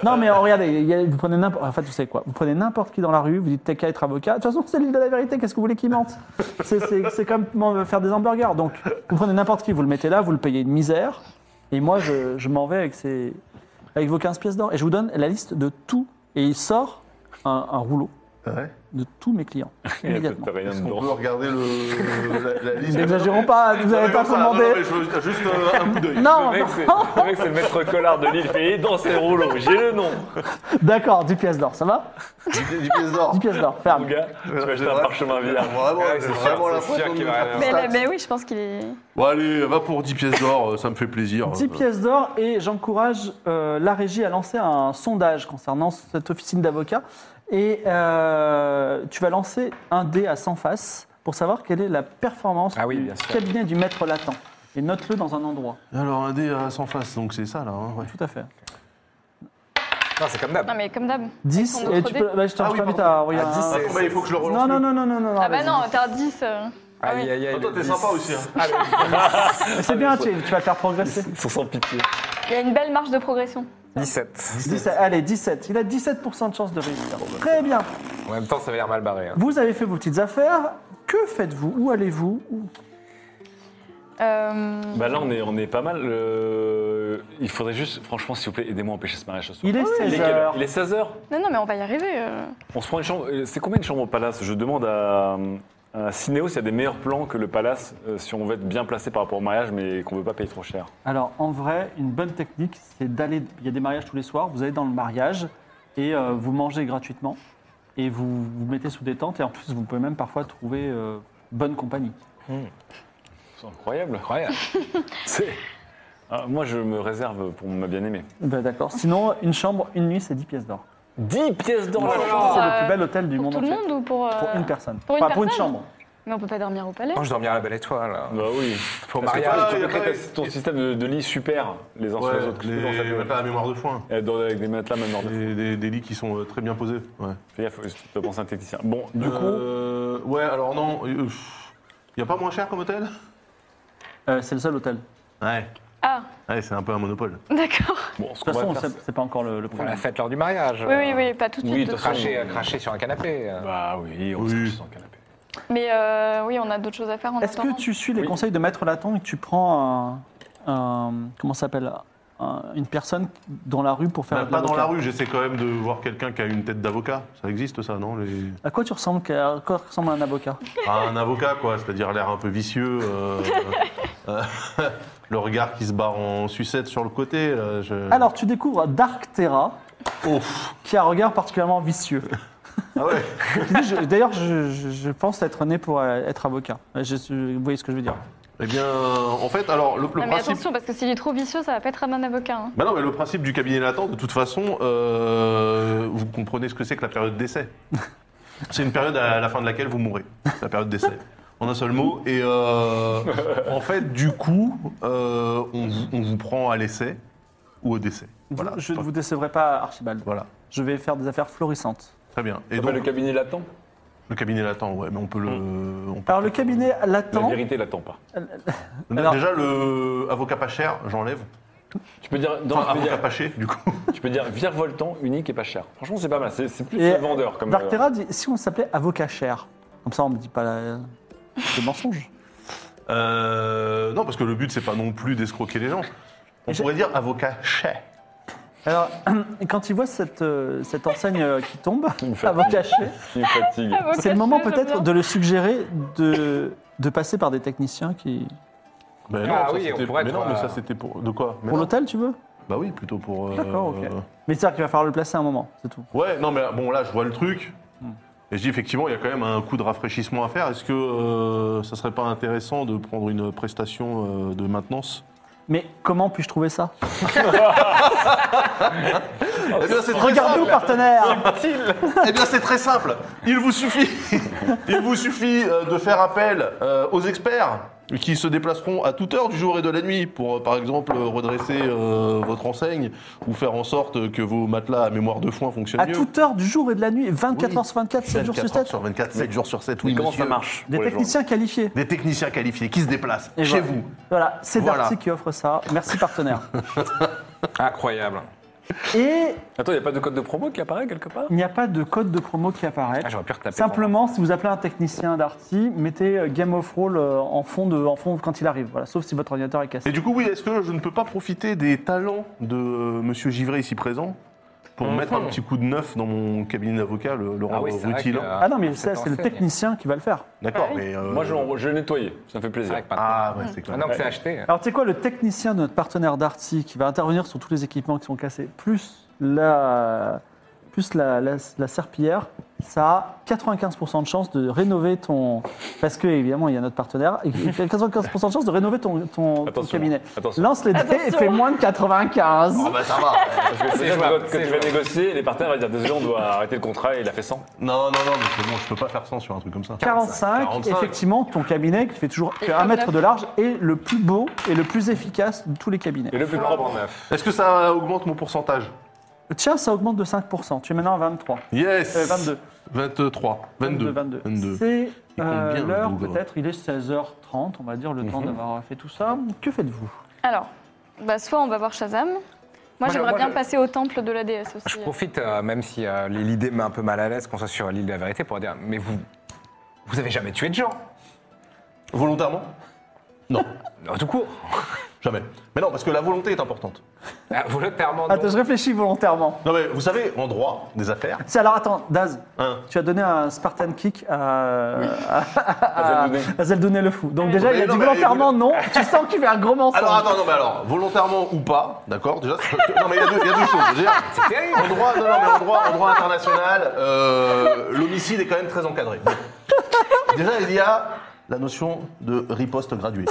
Speaker 1: Non, mais euh, regardez, il y a- vous prenez n'importe. En fait, vous savez quoi Vous prenez n'importe qui dans la rue, vous dites t'es qu'à être avocat. De toute façon, c'est l'île de la vérité, qu'est-ce que vous voulez qu'il mente C'est- C'est c'est comme m'en- faire des hamburgers. Donc, vous prenez n'importe qui, vous le mettez là, vous le payez une misère. Et moi, je, je m'en vais avec, ces, avec vos 15 pièces d'or. Et je vous donne la liste de tout. Et il sort un, un rouleau
Speaker 3: Ah ouais.
Speaker 1: de tous mes clients. Immédiatement.
Speaker 4: T'as rien
Speaker 3: on
Speaker 4: dedans.
Speaker 3: peut regarder le, la, la liste.
Speaker 1: N'exagérons pas, vous
Speaker 3: Non, mais
Speaker 1: n'avez pas
Speaker 3: comme ça, non, non, mais
Speaker 1: commandé.
Speaker 3: je veux juste euh, un coup d'œil.
Speaker 1: Non,
Speaker 4: Le mec, c'est le mec, c'est le maître collard de l'île. Et dans ses rouleaux, j'ai le nom.
Speaker 1: d'accord, 10 pièces d'or, ça va
Speaker 3: Du, du pièce d'or.
Speaker 1: 10 pièces d'or, ferme.
Speaker 4: Mon gars, tu vas acheter un parchemin vierge.
Speaker 3: Vraiment,
Speaker 5: Ouais,
Speaker 3: c'est
Speaker 5: c'est
Speaker 3: vraiment
Speaker 5: sûr,
Speaker 3: la
Speaker 5: c'est
Speaker 3: fois
Speaker 5: sûr
Speaker 3: qu'on
Speaker 5: qu'il
Speaker 3: me
Speaker 5: va
Speaker 1: Ah,
Speaker 3: fait
Speaker 5: rien
Speaker 3: tout
Speaker 2: Ben
Speaker 3: ça.
Speaker 2: là, ben oui, je pense qu'il est...
Speaker 3: Bon, allez, va pour 10 pièces d'or, euh, ça me fait plaisir.
Speaker 1: 10 pièces d'or et j'encourage euh, la régie à lancer un sondage concernant cette officine d'avocats. Et euh, tu vas lancer un dé à 100 faces pour savoir quelle est la performance
Speaker 5: Ah oui,
Speaker 1: du
Speaker 5: bien sûr.
Speaker 1: cabinet du maître latin. Et note-le dans un endroit.
Speaker 3: Euh, Alors, un dé à 100 faces, donc c'est ça là. hein, ouais.
Speaker 1: Tout à fait.
Speaker 5: Non, c'est comme d'hab.
Speaker 2: Non mais comme d'hab.
Speaker 1: 10
Speaker 2: ton
Speaker 1: et
Speaker 2: autre
Speaker 1: tu
Speaker 2: dé
Speaker 1: peux, bah, je t'en-
Speaker 3: Ah
Speaker 1: je
Speaker 3: oui,
Speaker 1: t'invite
Speaker 3: pardon.
Speaker 1: à regarder.
Speaker 5: Ah, 10, c'est-
Speaker 3: Comment il faut que je le relance
Speaker 1: Non, non,
Speaker 3: le-
Speaker 1: non, non, non, non.
Speaker 2: Ah bah
Speaker 1: vas-y.
Speaker 2: non, t'as 10. euh. Ah oui.
Speaker 5: Aïe, aïe, aïe.
Speaker 3: Toi,
Speaker 5: le Ah,
Speaker 3: t'es
Speaker 5: 10.
Speaker 3: sympa aussi. hein.
Speaker 1: Ah, C'est
Speaker 4: Ah
Speaker 1: bien, tu, tu vas le faire progresser.
Speaker 4: Ils sont sans pitié.
Speaker 2: Il y a une belle marge de progression.
Speaker 5: 17.
Speaker 1: 17, allez, 17. Il a 17% de chance de réussir.
Speaker 4: Oh, bah,
Speaker 1: Très bien.
Speaker 5: En même temps, ça va l'air mal barré. hein.
Speaker 1: Vous avez fait vos petites affaires. Que faites-vous Où allez-vous Où-
Speaker 2: Euh,
Speaker 4: Bah là, on est, on est pas mal. euh, il faudrait juste, franchement, s'il vous plaît, aidez-moi à empêcher ce mariage ce soir.
Speaker 1: Il est
Speaker 4: Ah Il est
Speaker 1: 16
Speaker 4: quelle heure
Speaker 1: heures.
Speaker 4: Il est 16h.
Speaker 2: Non, non, mais on va y arriver. euh.
Speaker 4: On se prend une chambre. euh, C'est combien une chambre au palace Je demande à, à Cinéo s'il y a des meilleurs plans que le palace euh, si on veut être bien placé par rapport au mariage mais qu'on veut pas payer trop cher.
Speaker 1: Alors, en vrai, une bonne technique, c'est d'aller. Il y a des mariages tous les soirs, vous allez dans le mariage et euh, vous mangez gratuitement et vous vous mettez sous des tentes et en plus, vous pouvez même parfois trouver euh, bonne compagnie.
Speaker 4: C'est incroyable.
Speaker 5: Incroyable.
Speaker 4: C'est- Ah, moi, je me réserve pour ma bien-aimée.
Speaker 1: Ben, D'accord. Sinon, une chambre, une nuit, c'est 10 pièces d'or.
Speaker 4: 10 pièces d'or
Speaker 2: la
Speaker 4: la
Speaker 2: Pour,
Speaker 4: chambre
Speaker 1: C'est
Speaker 2: euh,
Speaker 1: le plus bel hôtel du
Speaker 2: Pour
Speaker 1: monde
Speaker 2: tout le
Speaker 1: entier.
Speaker 2: monde ou pour... euh,
Speaker 1: Pour une personne.
Speaker 2: Pour une
Speaker 1: Enfin, pour une
Speaker 2: personne
Speaker 1: chambre.
Speaker 2: Mais on peut pas dormir au palais.
Speaker 5: Moi, je dormirai à la belle étoile. hein.
Speaker 4: Bah oui.
Speaker 5: Faut
Speaker 4: Parce que
Speaker 5: mariage,
Speaker 4: toi,
Speaker 3: tu
Speaker 4: tu
Speaker 3: peux créer
Speaker 4: ton ton système de, de lit super, les uns sur les
Speaker 3: Ouais,
Speaker 4: autres.
Speaker 3: les-
Speaker 4: Dans cette-
Speaker 3: on a pas la mémoire de foin.
Speaker 4: Euh, dans- avec des matelas même ordre.
Speaker 3: Des, des- des lits qui sont euh, très bien posés. Ouais.
Speaker 4: Fais gaffe, tu dois penser à un technicien. Bon, du coup,
Speaker 3: Euh, ouais, alors non. euh, Il n'y a pas moins cher comme hôtel
Speaker 1: Euh, c'est le seul hôtel. De
Speaker 3: Ouais.
Speaker 2: Ah,
Speaker 3: Ouais, c'est un peu un monopole.
Speaker 2: d'accord.
Speaker 4: bon, ce
Speaker 1: toute
Speaker 4: qu'on
Speaker 1: façon,
Speaker 4: va faire,
Speaker 1: c'est- c'est pas encore le, le
Speaker 5: On
Speaker 1: problème.
Speaker 5: la fête lors du mariage.
Speaker 1: Euh,
Speaker 2: Oui, oui, oui, pas tout de
Speaker 4: Oui,
Speaker 2: suite.
Speaker 4: de
Speaker 2: de
Speaker 4: toute façon.
Speaker 2: suite.
Speaker 5: Cracher, cracher sur un canapé. euh.
Speaker 4: Bah oui, on
Speaker 3: Oui.
Speaker 4: se couche sur le canapé.
Speaker 2: Mais euh, oui, on a d'autres choses à faire en
Speaker 1: Est-ce que
Speaker 2: attendant.
Speaker 1: tu suis les
Speaker 4: Oui.
Speaker 1: conseils de Maître Laton et que tu prends un, un- comment ça s'appelle un- une personne dans la rue pour faire
Speaker 3: Bah,
Speaker 1: de
Speaker 3: pas dans
Speaker 1: l'avocat
Speaker 3: la rue, j'essaie quand même de voir quelqu'un qui a une tête d'avocat. Ça existe ça, non les-
Speaker 1: À quoi tu ressembles qu'à- À quoi ressemble un avocat
Speaker 3: Ah, un avocat, quoi, c'est-à-dire l'air un peu vicieux, euh, euh, le regard qui se barre en sucette sur le côté. là, je-
Speaker 1: Alors, tu découvres Dark Terra, qui a un regard particulièrement vicieux.
Speaker 3: Ah ouais
Speaker 1: Lui, je- D'ailleurs, je, je- je pense être né pour euh, être avocat. Je suis- vous voyez ce que je veux dire
Speaker 3: Eh bien, en fait, alors, le, le
Speaker 2: Non, mais
Speaker 3: principe.
Speaker 2: attention, parce que s'il est trop vicieux, ça va pas être à main d'avocat. hein.
Speaker 3: Bah non, mais le principe du cabinet latent, de toute façon, euh, vous comprenez ce que c'est que la période d'essai. C'est une période à la fin de laquelle vous mourrez, la période d'essai. En un seul mot. Et euh, en fait, du coup, euh, on, vous- on vous prend à l'essai ou au décès. Voilà.
Speaker 1: Vous- Je ne vous décevrai pas, Archibald.
Speaker 3: Voilà.
Speaker 1: Je vais faire des affaires florissantes.
Speaker 3: Très bien. Et
Speaker 7: Et
Speaker 3: donc,
Speaker 7: le cabinet l'attend
Speaker 3: le cabinet latent, ouais, mais on peut le. on peut-
Speaker 1: Hmm. Alors, le cabinet
Speaker 4: La
Speaker 1: latent.
Speaker 4: vérité l'attend
Speaker 7: hein.
Speaker 4: pas.
Speaker 1: alors-
Speaker 3: Déjà, le avocat pas cher, j'enlève.
Speaker 7: Tu peux dire, non, tu
Speaker 3: Enfin,
Speaker 7: peux
Speaker 3: avocat
Speaker 7: dire,
Speaker 3: pas cher, du coup.
Speaker 7: tu peux dire virevoltant, unique et pas cher. Franchement, c'est pas mal. C'est c'est plus
Speaker 1: Et
Speaker 7: le vendeur comme.
Speaker 1: Dark
Speaker 7: euh,
Speaker 1: Terra dit si on s'appelait avocat cher, comme ça on me dit pas la... des mensonges.
Speaker 3: Euh, non, parce que le but, c'est pas non plus d'escroquer les gens. On
Speaker 1: Et je-
Speaker 3: pourrait dire avocat cher.
Speaker 1: Alors, quand il voit cette, euh, cette enseigne euh, qui tombe,
Speaker 7: me fait
Speaker 1: avocat cher,
Speaker 7: qui me euh, fatigue.
Speaker 2: Avocat,
Speaker 1: c'est le moment
Speaker 2: j'aime
Speaker 1: peut-être
Speaker 2: bien.
Speaker 1: de le suggérer de, de passer par des techniciens qui.
Speaker 3: Ben
Speaker 5: Ah
Speaker 3: ça,
Speaker 5: oui,
Speaker 3: c'était-
Speaker 5: on pourrait
Speaker 3: mais
Speaker 5: être euh,
Speaker 3: non, mais
Speaker 5: à-
Speaker 3: ça c'était pour de quoi Mais
Speaker 1: Pour
Speaker 3: non.
Speaker 1: l'hôtel, tu veux
Speaker 3: Bah oui, plutôt pour. euh,
Speaker 1: D'accord, ok. Mais c'est-à-dire qu'il va falloir le placer un moment, c'est tout.
Speaker 3: Ouais, non, mais bon, là, je vois le truc. Et je dis effectivement, il y a quand même un coup de rafraîchissement à faire. Est-ce que euh, ça serait pas intéressant de prendre une prestation euh, de maintenance
Speaker 1: Mais comment puis-je trouver ça
Speaker 5: Oh,
Speaker 3: Eh bien, c'est très
Speaker 1: Regarde-nous,
Speaker 3: simple.
Speaker 1: partenaire
Speaker 3: Eh bien, c'est très simple. Il vous suffit, il vous suffit euh, de faire appel euh, aux experts qui se déplaceront à toute heure du jour et de la nuit pour, euh, par exemple, euh, redresser euh, votre enseigne ou faire en sorte que vos matelas à mémoire de foin fonctionnent
Speaker 1: À
Speaker 3: mieux.
Speaker 1: toute heure du jour et de la nuit, 24
Speaker 3: Oui.
Speaker 1: h sur 24, 7 jours sur
Speaker 3: 24 heures
Speaker 1: 7.
Speaker 3: sur 24, 7 jours sur 7. Oui,
Speaker 7: Mais comment ça
Speaker 3: monsieur.
Speaker 7: marche
Speaker 1: Des
Speaker 7: pour les gens
Speaker 1: techniciens qualifiés.
Speaker 3: Des techniciens qualifiés qui se déplacent
Speaker 1: Et
Speaker 3: chez
Speaker 1: voilà.
Speaker 3: vous.
Speaker 1: Voilà, c'est
Speaker 3: Voilà.
Speaker 1: Darty qui offre ça. Merci, partenaire.
Speaker 5: Incroyable.
Speaker 1: et
Speaker 7: Attends, il n'y a pas de code de promo qui apparaît quelque part
Speaker 1: il n'y a pas de code de promo qui apparaît.
Speaker 5: Ah, j'aurais pu retaper.
Speaker 1: Simplement, si vous appelez un technicien d'Arty, mettez euh, Game of Roll euh, en fond, de, en fond quand il arrive. Voilà, sauf si votre ordinateur est
Speaker 3: Et
Speaker 1: cassé.
Speaker 3: du coup, oui, est-ce que je ne peux pas profiter des talents de euh, Monsieur Givray ici présent pour mettre un petit coup de neuf dans mon cabinet d'avocat, le, le
Speaker 5: Ah oui,
Speaker 3: rendre
Speaker 5: c'est vrai
Speaker 3: rutilant
Speaker 5: que-
Speaker 1: Ah non, mais
Speaker 5: cette
Speaker 1: ça, c'est le
Speaker 5: enseigne.
Speaker 1: technicien qui va le faire.
Speaker 3: D'accord,
Speaker 2: Ah oui.
Speaker 3: mais... euh,
Speaker 7: Moi, je, l'en- je l'ai nettoyé. Ça me fait
Speaker 5: C'est
Speaker 7: plaisir.
Speaker 5: vrai que maintenant-
Speaker 3: Ah ouais, c'est clair.
Speaker 5: Ah non, que c'est acheté.
Speaker 1: Alors, tu sais quoi, le technicien de notre partenaire Darty qui va intervenir sur tous les équipements qui sont cassés, plus la, plus la, la- la serpillière, ça a 95% de chance de rénover ton. Parce que, évidemment, il y a notre partenaire. et Il y a 95% de chance de rénover ton, ton- ton
Speaker 7: Attention,
Speaker 1: cabinet.
Speaker 7: attention.
Speaker 1: Lance les dés et
Speaker 2: Attention.
Speaker 1: fais moins de 95.
Speaker 3: Ah bah ça va
Speaker 7: Parce que c'est
Speaker 5: C'est
Speaker 7: jouable,
Speaker 5: jouable,
Speaker 7: quand
Speaker 5: c'est
Speaker 7: tu vas
Speaker 5: jouable.
Speaker 7: négocier, les partenaires vont dire désolé, on doit arrêter le contrat et il a fait 100.
Speaker 3: Non, non, non, mais c'est bon, je peux pas faire 100 sur un truc comme ça.
Speaker 1: 45,
Speaker 3: 45.
Speaker 1: effectivement, ton cabinet qui fait toujours que
Speaker 2: Et
Speaker 1: 1
Speaker 2: comme
Speaker 1: mètre
Speaker 2: la-
Speaker 1: de large est le plus beau et le plus efficace de tous les cabinets.
Speaker 7: Et le plus
Speaker 5: Flambant
Speaker 7: propre.
Speaker 5: neuf.
Speaker 3: Est-ce que ça augmente mon pourcentage
Speaker 1: Tiens, ça augmente de 5%. Tu es maintenant à 23.
Speaker 3: Yes
Speaker 1: Euh, 22.
Speaker 3: 23. 22.
Speaker 1: 22. C'est
Speaker 3: Il compte
Speaker 1: euh,
Speaker 3: bien, le hein. Mhm.
Speaker 1: l'heure
Speaker 3: bougre.
Speaker 1: peut-être, il est 16h30, on va dire, le temps d'avoir fait tout ça. Que faites-vous
Speaker 2: Alors, bah, soit on va voir Shazam. Moi, j'aimerais
Speaker 5: moi,
Speaker 2: bien
Speaker 5: je-
Speaker 2: passer au temple de la déesse aussi.
Speaker 5: Je profite, euh, même si euh, l'idée met un peu mal à l'aise qu'on soit sur l'île de la vérité, pour dire Mais vous. Vous avez jamais tué de gens
Speaker 3: Volontairement Non,
Speaker 5: Non, Tout court
Speaker 3: jamais. Mais non, parce que la volonté est importante.
Speaker 5: Ah, Volontairement. non.
Speaker 1: Attends, je réfléchis volontairement.
Speaker 3: Non mais vous savez, en droit des affaires,
Speaker 1: C'est alors attends, Daz,
Speaker 3: hein,
Speaker 1: tu as donné un Spartan kick à, à,
Speaker 7: Zeldonné.
Speaker 1: à Zeldonné le fou. Donc déjà,
Speaker 3: Ah, Mais
Speaker 1: il a
Speaker 3: non,
Speaker 1: dit
Speaker 3: mais-
Speaker 1: volontairement non. Tu sens qu'il fait un gros mensonge.
Speaker 3: Alors attends, non mais alors, volontairement ou pas, d'accord Déjà, c'est- non mais il y, a deux- il y a deux choses. je veux dire,
Speaker 5: terrible.
Speaker 3: en droit, non, non, mais en droit, en droit international, euh, l'homicide est quand même très encadré. Déjà, il y a la notion de riposte graduée.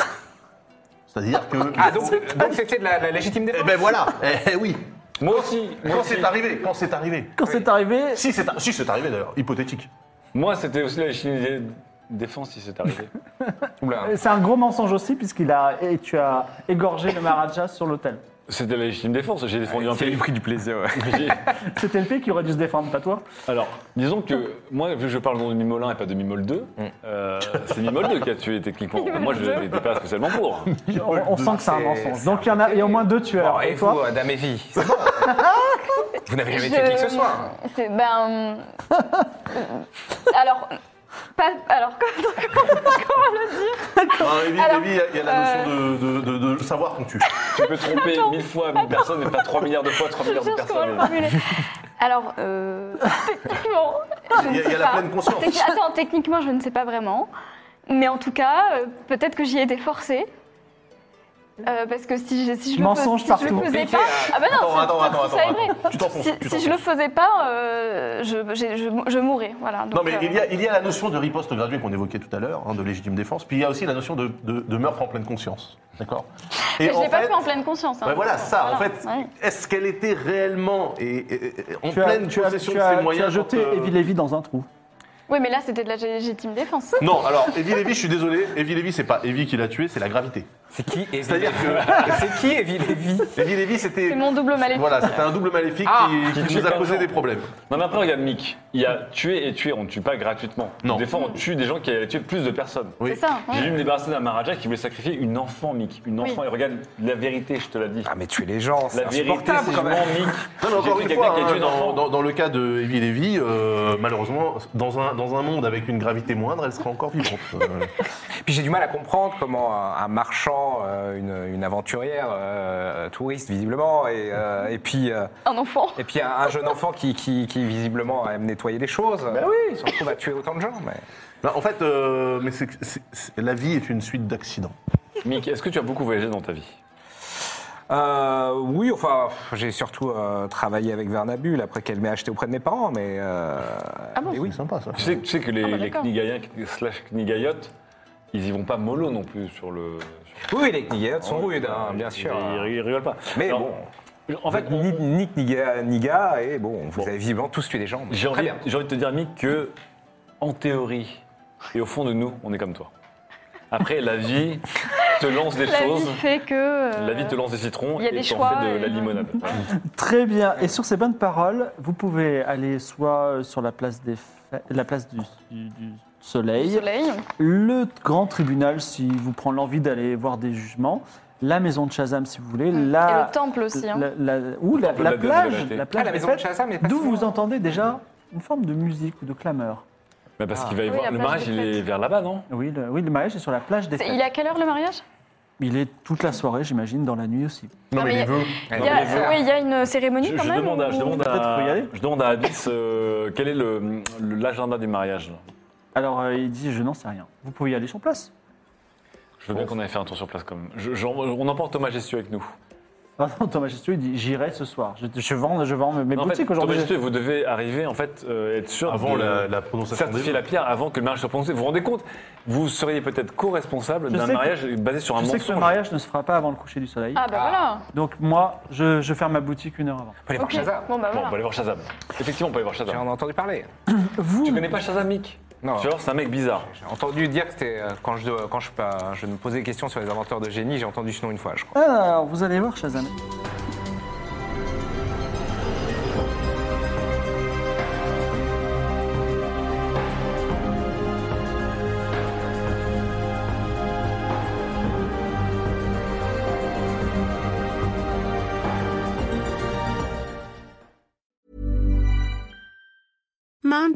Speaker 3: C'est-à-dire que.
Speaker 5: Ah, donc donc c'était de la, la légitime
Speaker 3: Eh
Speaker 5: défense
Speaker 3: ben voilà, eh, eh oui.
Speaker 7: Moi aussi, moi
Speaker 3: Quand
Speaker 7: aussi.
Speaker 3: c'est arrivé, quand c'est arrivé.
Speaker 1: Quand c'est arrivé,
Speaker 3: Si c'est, ar- si c'est arrivé d'ailleurs, hypothétique.
Speaker 7: Moi, c'était aussi la Chine des défense si c'est arrivé.
Speaker 5: Oula.
Speaker 1: c'est un gros mensonge aussi puisqu'il a et tu as égorgé le Maharaja sur l'autel.
Speaker 7: C'était la légitime défense, j'ai défendu un pays.
Speaker 5: pris du plaisir, ouais.
Speaker 7: J'ai-
Speaker 1: C'était le pays qui aurait dû se défendre, pas toi.
Speaker 7: Alors, disons que moi, vu que je parle dans de Mimol 1 et pas de Mimol 2,
Speaker 4: Mm.
Speaker 7: euh, c'est Mimol 2 qui a tué techniquement. moi, je n'étais pas spécialement pour.
Speaker 1: On, on sent que c'est un
Speaker 5: c'est-
Speaker 1: mensonge.
Speaker 5: c'est
Speaker 1: Donc il y en a, il y a au moins deux tueurs.
Speaker 5: Bon, et
Speaker 1: Et
Speaker 5: vous,
Speaker 1: toi
Speaker 5: euh, dame Evie, c'est bon Vous n'avez jamais
Speaker 2: Je-
Speaker 5: été qui que ce soit
Speaker 2: C'est ben. euh, Alors, Pas- alors, comment, comment le dire
Speaker 3: Ah, Evie,
Speaker 2: Alors,
Speaker 3: Evie, il y a- il y a la notion de, de- de- de savoir qu'on tue.
Speaker 4: Tu peux tromper mille fois mille personnes, mais pas 3 milliards de fois 3
Speaker 2: Je
Speaker 4: milliards de
Speaker 2: cherche comment le
Speaker 4: personnes.
Speaker 2: formuler. Alors, euh, techniquement, je
Speaker 3: Il
Speaker 2: ne
Speaker 3: y a, il y a
Speaker 2: sais
Speaker 3: la
Speaker 2: pas.
Speaker 3: pleine conscience.
Speaker 2: Techni- Attends, techniquement, je ne sais pas vraiment. Mais en tout cas, euh, peut-être que j'y ai été forcée. Euh, parce que si je, si je, le, fais-
Speaker 1: Mensonge
Speaker 2: si je le
Speaker 1: partout.
Speaker 2: faisais pas. Ah bah non,
Speaker 3: Attends,
Speaker 2: c'est-
Speaker 3: attends,
Speaker 2: tout
Speaker 3: attends,
Speaker 2: ça
Speaker 3: attends,
Speaker 2: est vrai.
Speaker 3: attends. Tu t'enfonces,
Speaker 2: Si,
Speaker 3: tu
Speaker 2: si je
Speaker 3: t'enfonces.
Speaker 2: le faisais pas, euh, je, j'ai- je, je mourrais. Voilà.
Speaker 3: Non,
Speaker 2: Donc,
Speaker 3: mais
Speaker 2: euh,
Speaker 3: il y, a, il y a la notion de riposte graduée qu'on évoquait tout à l'heure, hein, de légitime défense, puis il y a aussi la notion de, de- de meurtre en pleine conscience. D'accord
Speaker 2: mais
Speaker 3: Et
Speaker 2: je l'ai pas fait en pleine conscience. hein.
Speaker 3: ben voilà, ça, en
Speaker 2: Voilà.
Speaker 3: fait,
Speaker 2: Ouais.
Speaker 3: est-ce qu'elle était réellement et, et- et- en
Speaker 1: Tu as,
Speaker 3: pleine
Speaker 1: tu as-
Speaker 3: possession
Speaker 1: tu
Speaker 3: de
Speaker 1: as-
Speaker 3: ses
Speaker 1: tu
Speaker 3: moyens
Speaker 1: as jeté
Speaker 3: quand, euh,
Speaker 1: Evie Levy dans un trou.
Speaker 2: Oui, mais là, c'était de la légitime défense.
Speaker 3: Non, alors, Evie Lévy, je suis désolé, Evie Lévy, c'est pas Evie qui l'a tué, c'est la gravité.
Speaker 5: C'est qui Evie
Speaker 3: C'est-à-dire
Speaker 5: Lévy C'est qui Evie Lévy
Speaker 3: Evie Lévy, c'était.
Speaker 2: C'est mon double maléfique.
Speaker 3: Voilà, c'était un double maléfique
Speaker 5: Ah,
Speaker 3: qui, qui
Speaker 4: qui tue
Speaker 3: nous a
Speaker 4: plein de
Speaker 3: causé
Speaker 4: gens.
Speaker 3: des problèmes.
Speaker 4: Non, mais après, regarde Mick. Il y a tuer et tuer, on ne tue pas gratuitement.
Speaker 3: Non.
Speaker 4: Des fois, on tue des gens qui avaient tué plus de personnes.
Speaker 3: Oui.
Speaker 2: C'est ça. hein. ouais.
Speaker 4: J'ai dû me débarrasser d'un Maharaja qui voulait sacrifier une enfant, Mick. Une enfant. Et regarde, la vérité, je te la dis.
Speaker 5: Ah, mais tuer les gens, c'est
Speaker 4: La vérité,
Speaker 5: insupportable
Speaker 4: c'est
Speaker 5: quand même.
Speaker 4: vraiment Mick.
Speaker 3: Non, mais
Speaker 4: J'ai
Speaker 3: encore
Speaker 4: cru
Speaker 3: une
Speaker 4: quelqu'un
Speaker 3: fois,
Speaker 4: qui a
Speaker 3: hein,
Speaker 7: euh,
Speaker 4: tué une
Speaker 3: dans,
Speaker 4: enfant.
Speaker 3: dans- dans le cas de Evie Lévy, euh, malheureusement, dans un, dans un monde avec une gravité moindre, elle sera encore vivante. Euh,
Speaker 5: Puis j'ai du mal à comprendre comment un, un marchand, euh, une, une aventurière, euh, touriste visiblement, et, euh, et puis, euh,
Speaker 2: Un enfant.
Speaker 5: et puis un, un jeune enfant qui, qui, qui, visiblement aime nettoyer les choses,
Speaker 4: Ben
Speaker 5: euh, se retrouve à tuer autant de gens. Mais...
Speaker 3: non, en fait, euh, mais c'est- c'est- c'est- la vie est une suite d'accidents.
Speaker 4: Mick, est-ce que tu as beaucoup voyagé dans ta vie
Speaker 5: Euh, oui, enfin, pff, j'ai surtout euh, travaillé avec Vernabule après qu'elle m'ait acheté auprès de mes parents, mais, euh, mais oui.
Speaker 3: Ah C'est sympa ça.
Speaker 4: Tu sais, tu sais que les,
Speaker 2: Ah bah
Speaker 4: les
Speaker 2: d'accord.
Speaker 4: Knigaïens slash Knigayotes, ils y vont pas mollo non plus sur le. sur-
Speaker 5: Oui, les Knigayotes
Speaker 4: Oh,
Speaker 5: sont rudes, hein, bien
Speaker 4: Ils-
Speaker 5: sûr.
Speaker 4: Ils, ils rigolent pas.
Speaker 5: Mais
Speaker 4: Alors,
Speaker 5: bon,
Speaker 4: En fait, on-
Speaker 5: Ni- Nick Niga, Niga, et bon, vous
Speaker 4: Bon.
Speaker 5: avez visiblement tous tué des gens. mais
Speaker 4: j'ai
Speaker 5: très
Speaker 4: envie,
Speaker 5: bien.
Speaker 4: j'ai envie de te dire, Mick, que en théorie et au fond de nous, on est comme toi. Après, la vie te lance des
Speaker 2: La
Speaker 4: choses.
Speaker 2: vie fait que. euh,
Speaker 4: La vie te lance des citrons
Speaker 2: il y a
Speaker 4: et
Speaker 2: des
Speaker 4: t'en
Speaker 2: choix
Speaker 4: fais de la
Speaker 2: et- Ah.
Speaker 4: limonade. Voilà.
Speaker 1: Très bien. Et sur ces bonnes paroles, vous pouvez aller soit euh, sur la place, des Fe- la place du, du- du
Speaker 2: du
Speaker 1: soleil,
Speaker 2: soleil. euh,
Speaker 1: le grand tribunal si vous prend l'envie d'aller voir des jugements, la maison de Shazam si vous voulez,
Speaker 2: Mm. Et
Speaker 1: la,
Speaker 2: le temple aussi. hein.
Speaker 1: la- la- ou la,
Speaker 4: temple
Speaker 1: la
Speaker 4: de la
Speaker 1: plage,
Speaker 4: désolée.
Speaker 1: la
Speaker 5: Ah,
Speaker 1: plage
Speaker 5: la
Speaker 1: des
Speaker 5: maison de
Speaker 1: fêtes,
Speaker 5: Shazam est pas hein. Mm.
Speaker 1: d'où
Speaker 5: si
Speaker 1: vous
Speaker 5: loin.
Speaker 1: entendez déjà une forme de musique ou de clameur.
Speaker 4: Bah, parce qu'il va y
Speaker 2: Oui,
Speaker 4: voir.
Speaker 2: la
Speaker 4: Le
Speaker 2: plage
Speaker 4: mariage,
Speaker 2: des
Speaker 4: il est
Speaker 2: fêtes.
Speaker 4: vers là-bas, non
Speaker 1: Oui, le, oui, le mariage est sur la plage des
Speaker 2: C'est-
Speaker 1: fêtes.
Speaker 2: Il est à quelle heure le mariage Ah,
Speaker 1: Il est toute la soirée, j'imagine, dans la nuit aussi.
Speaker 3: Non, mais
Speaker 2: mais
Speaker 3: les vœux.
Speaker 2: Il y a, oui, il y a une cérémonie
Speaker 4: Je,
Speaker 2: quand
Speaker 4: je
Speaker 2: même.
Speaker 4: demande à, je
Speaker 2: ou-
Speaker 4: demande
Speaker 1: Peut-être
Speaker 4: à-
Speaker 1: faut y aller.
Speaker 4: je demande à Abyss euh, quel est le- le- l'agenda des mariages. là.
Speaker 1: Alors euh, il dit, je n'en sais rien. Vous pouvez y aller sur place.
Speaker 4: Je veux bien qu'on aille faire un tour sur place quand même. Je- je- on emporte Thomas Gestueux avec nous.
Speaker 1: Pardon, Ah Thomas Gestueux il dit, j'irai ce soir. Je, je vends, je vends mes
Speaker 4: Non, en fait,
Speaker 1: boutiques
Speaker 4: Thomas
Speaker 1: aujourd'hui.
Speaker 4: Gestueux, vous devez arriver, en fait, euh, être sûr
Speaker 3: Avant
Speaker 4: de
Speaker 3: la, la prononciation des
Speaker 4: certifier
Speaker 3: vœux.
Speaker 4: la pierre avant que le mariage soit prononcé. Vous vous rendez compte Vous seriez peut-être co-responsable
Speaker 1: Je
Speaker 4: d'un
Speaker 1: sais que-
Speaker 4: mariage basé sur un hein.
Speaker 1: Je sais que ce
Speaker 4: mensonge.
Speaker 1: mariage ne se fera pas avant le coucher du soleil.
Speaker 2: Ah bah
Speaker 5: Ah.
Speaker 1: Donc moi, je, je ferme ma boutique une heure avant.
Speaker 5: Faut aller
Speaker 2: voilà.
Speaker 5: voir
Speaker 2: Ok.
Speaker 5: Shazam.
Speaker 2: Bon bah
Speaker 4: Bon, on
Speaker 2: voilà.
Speaker 4: peut aller voir Shazam. Effectivement, on peut aller voir
Speaker 5: J'en ai
Speaker 4: Shazam.
Speaker 5: entendu parler.
Speaker 1: Vous,
Speaker 4: Tu connais pas Shazam, Mick
Speaker 5: Non.
Speaker 4: Tu vois, c'est un mec bizarre.
Speaker 5: J'ai entendu dire que c'était euh, quand je dois- quand je pas- je me posais des questions sur les inventeurs de génie, j'ai entendu ce nom une fois, je crois.
Speaker 1: Ah, alors, vous allez voir Shazam.
Speaker 6: Mom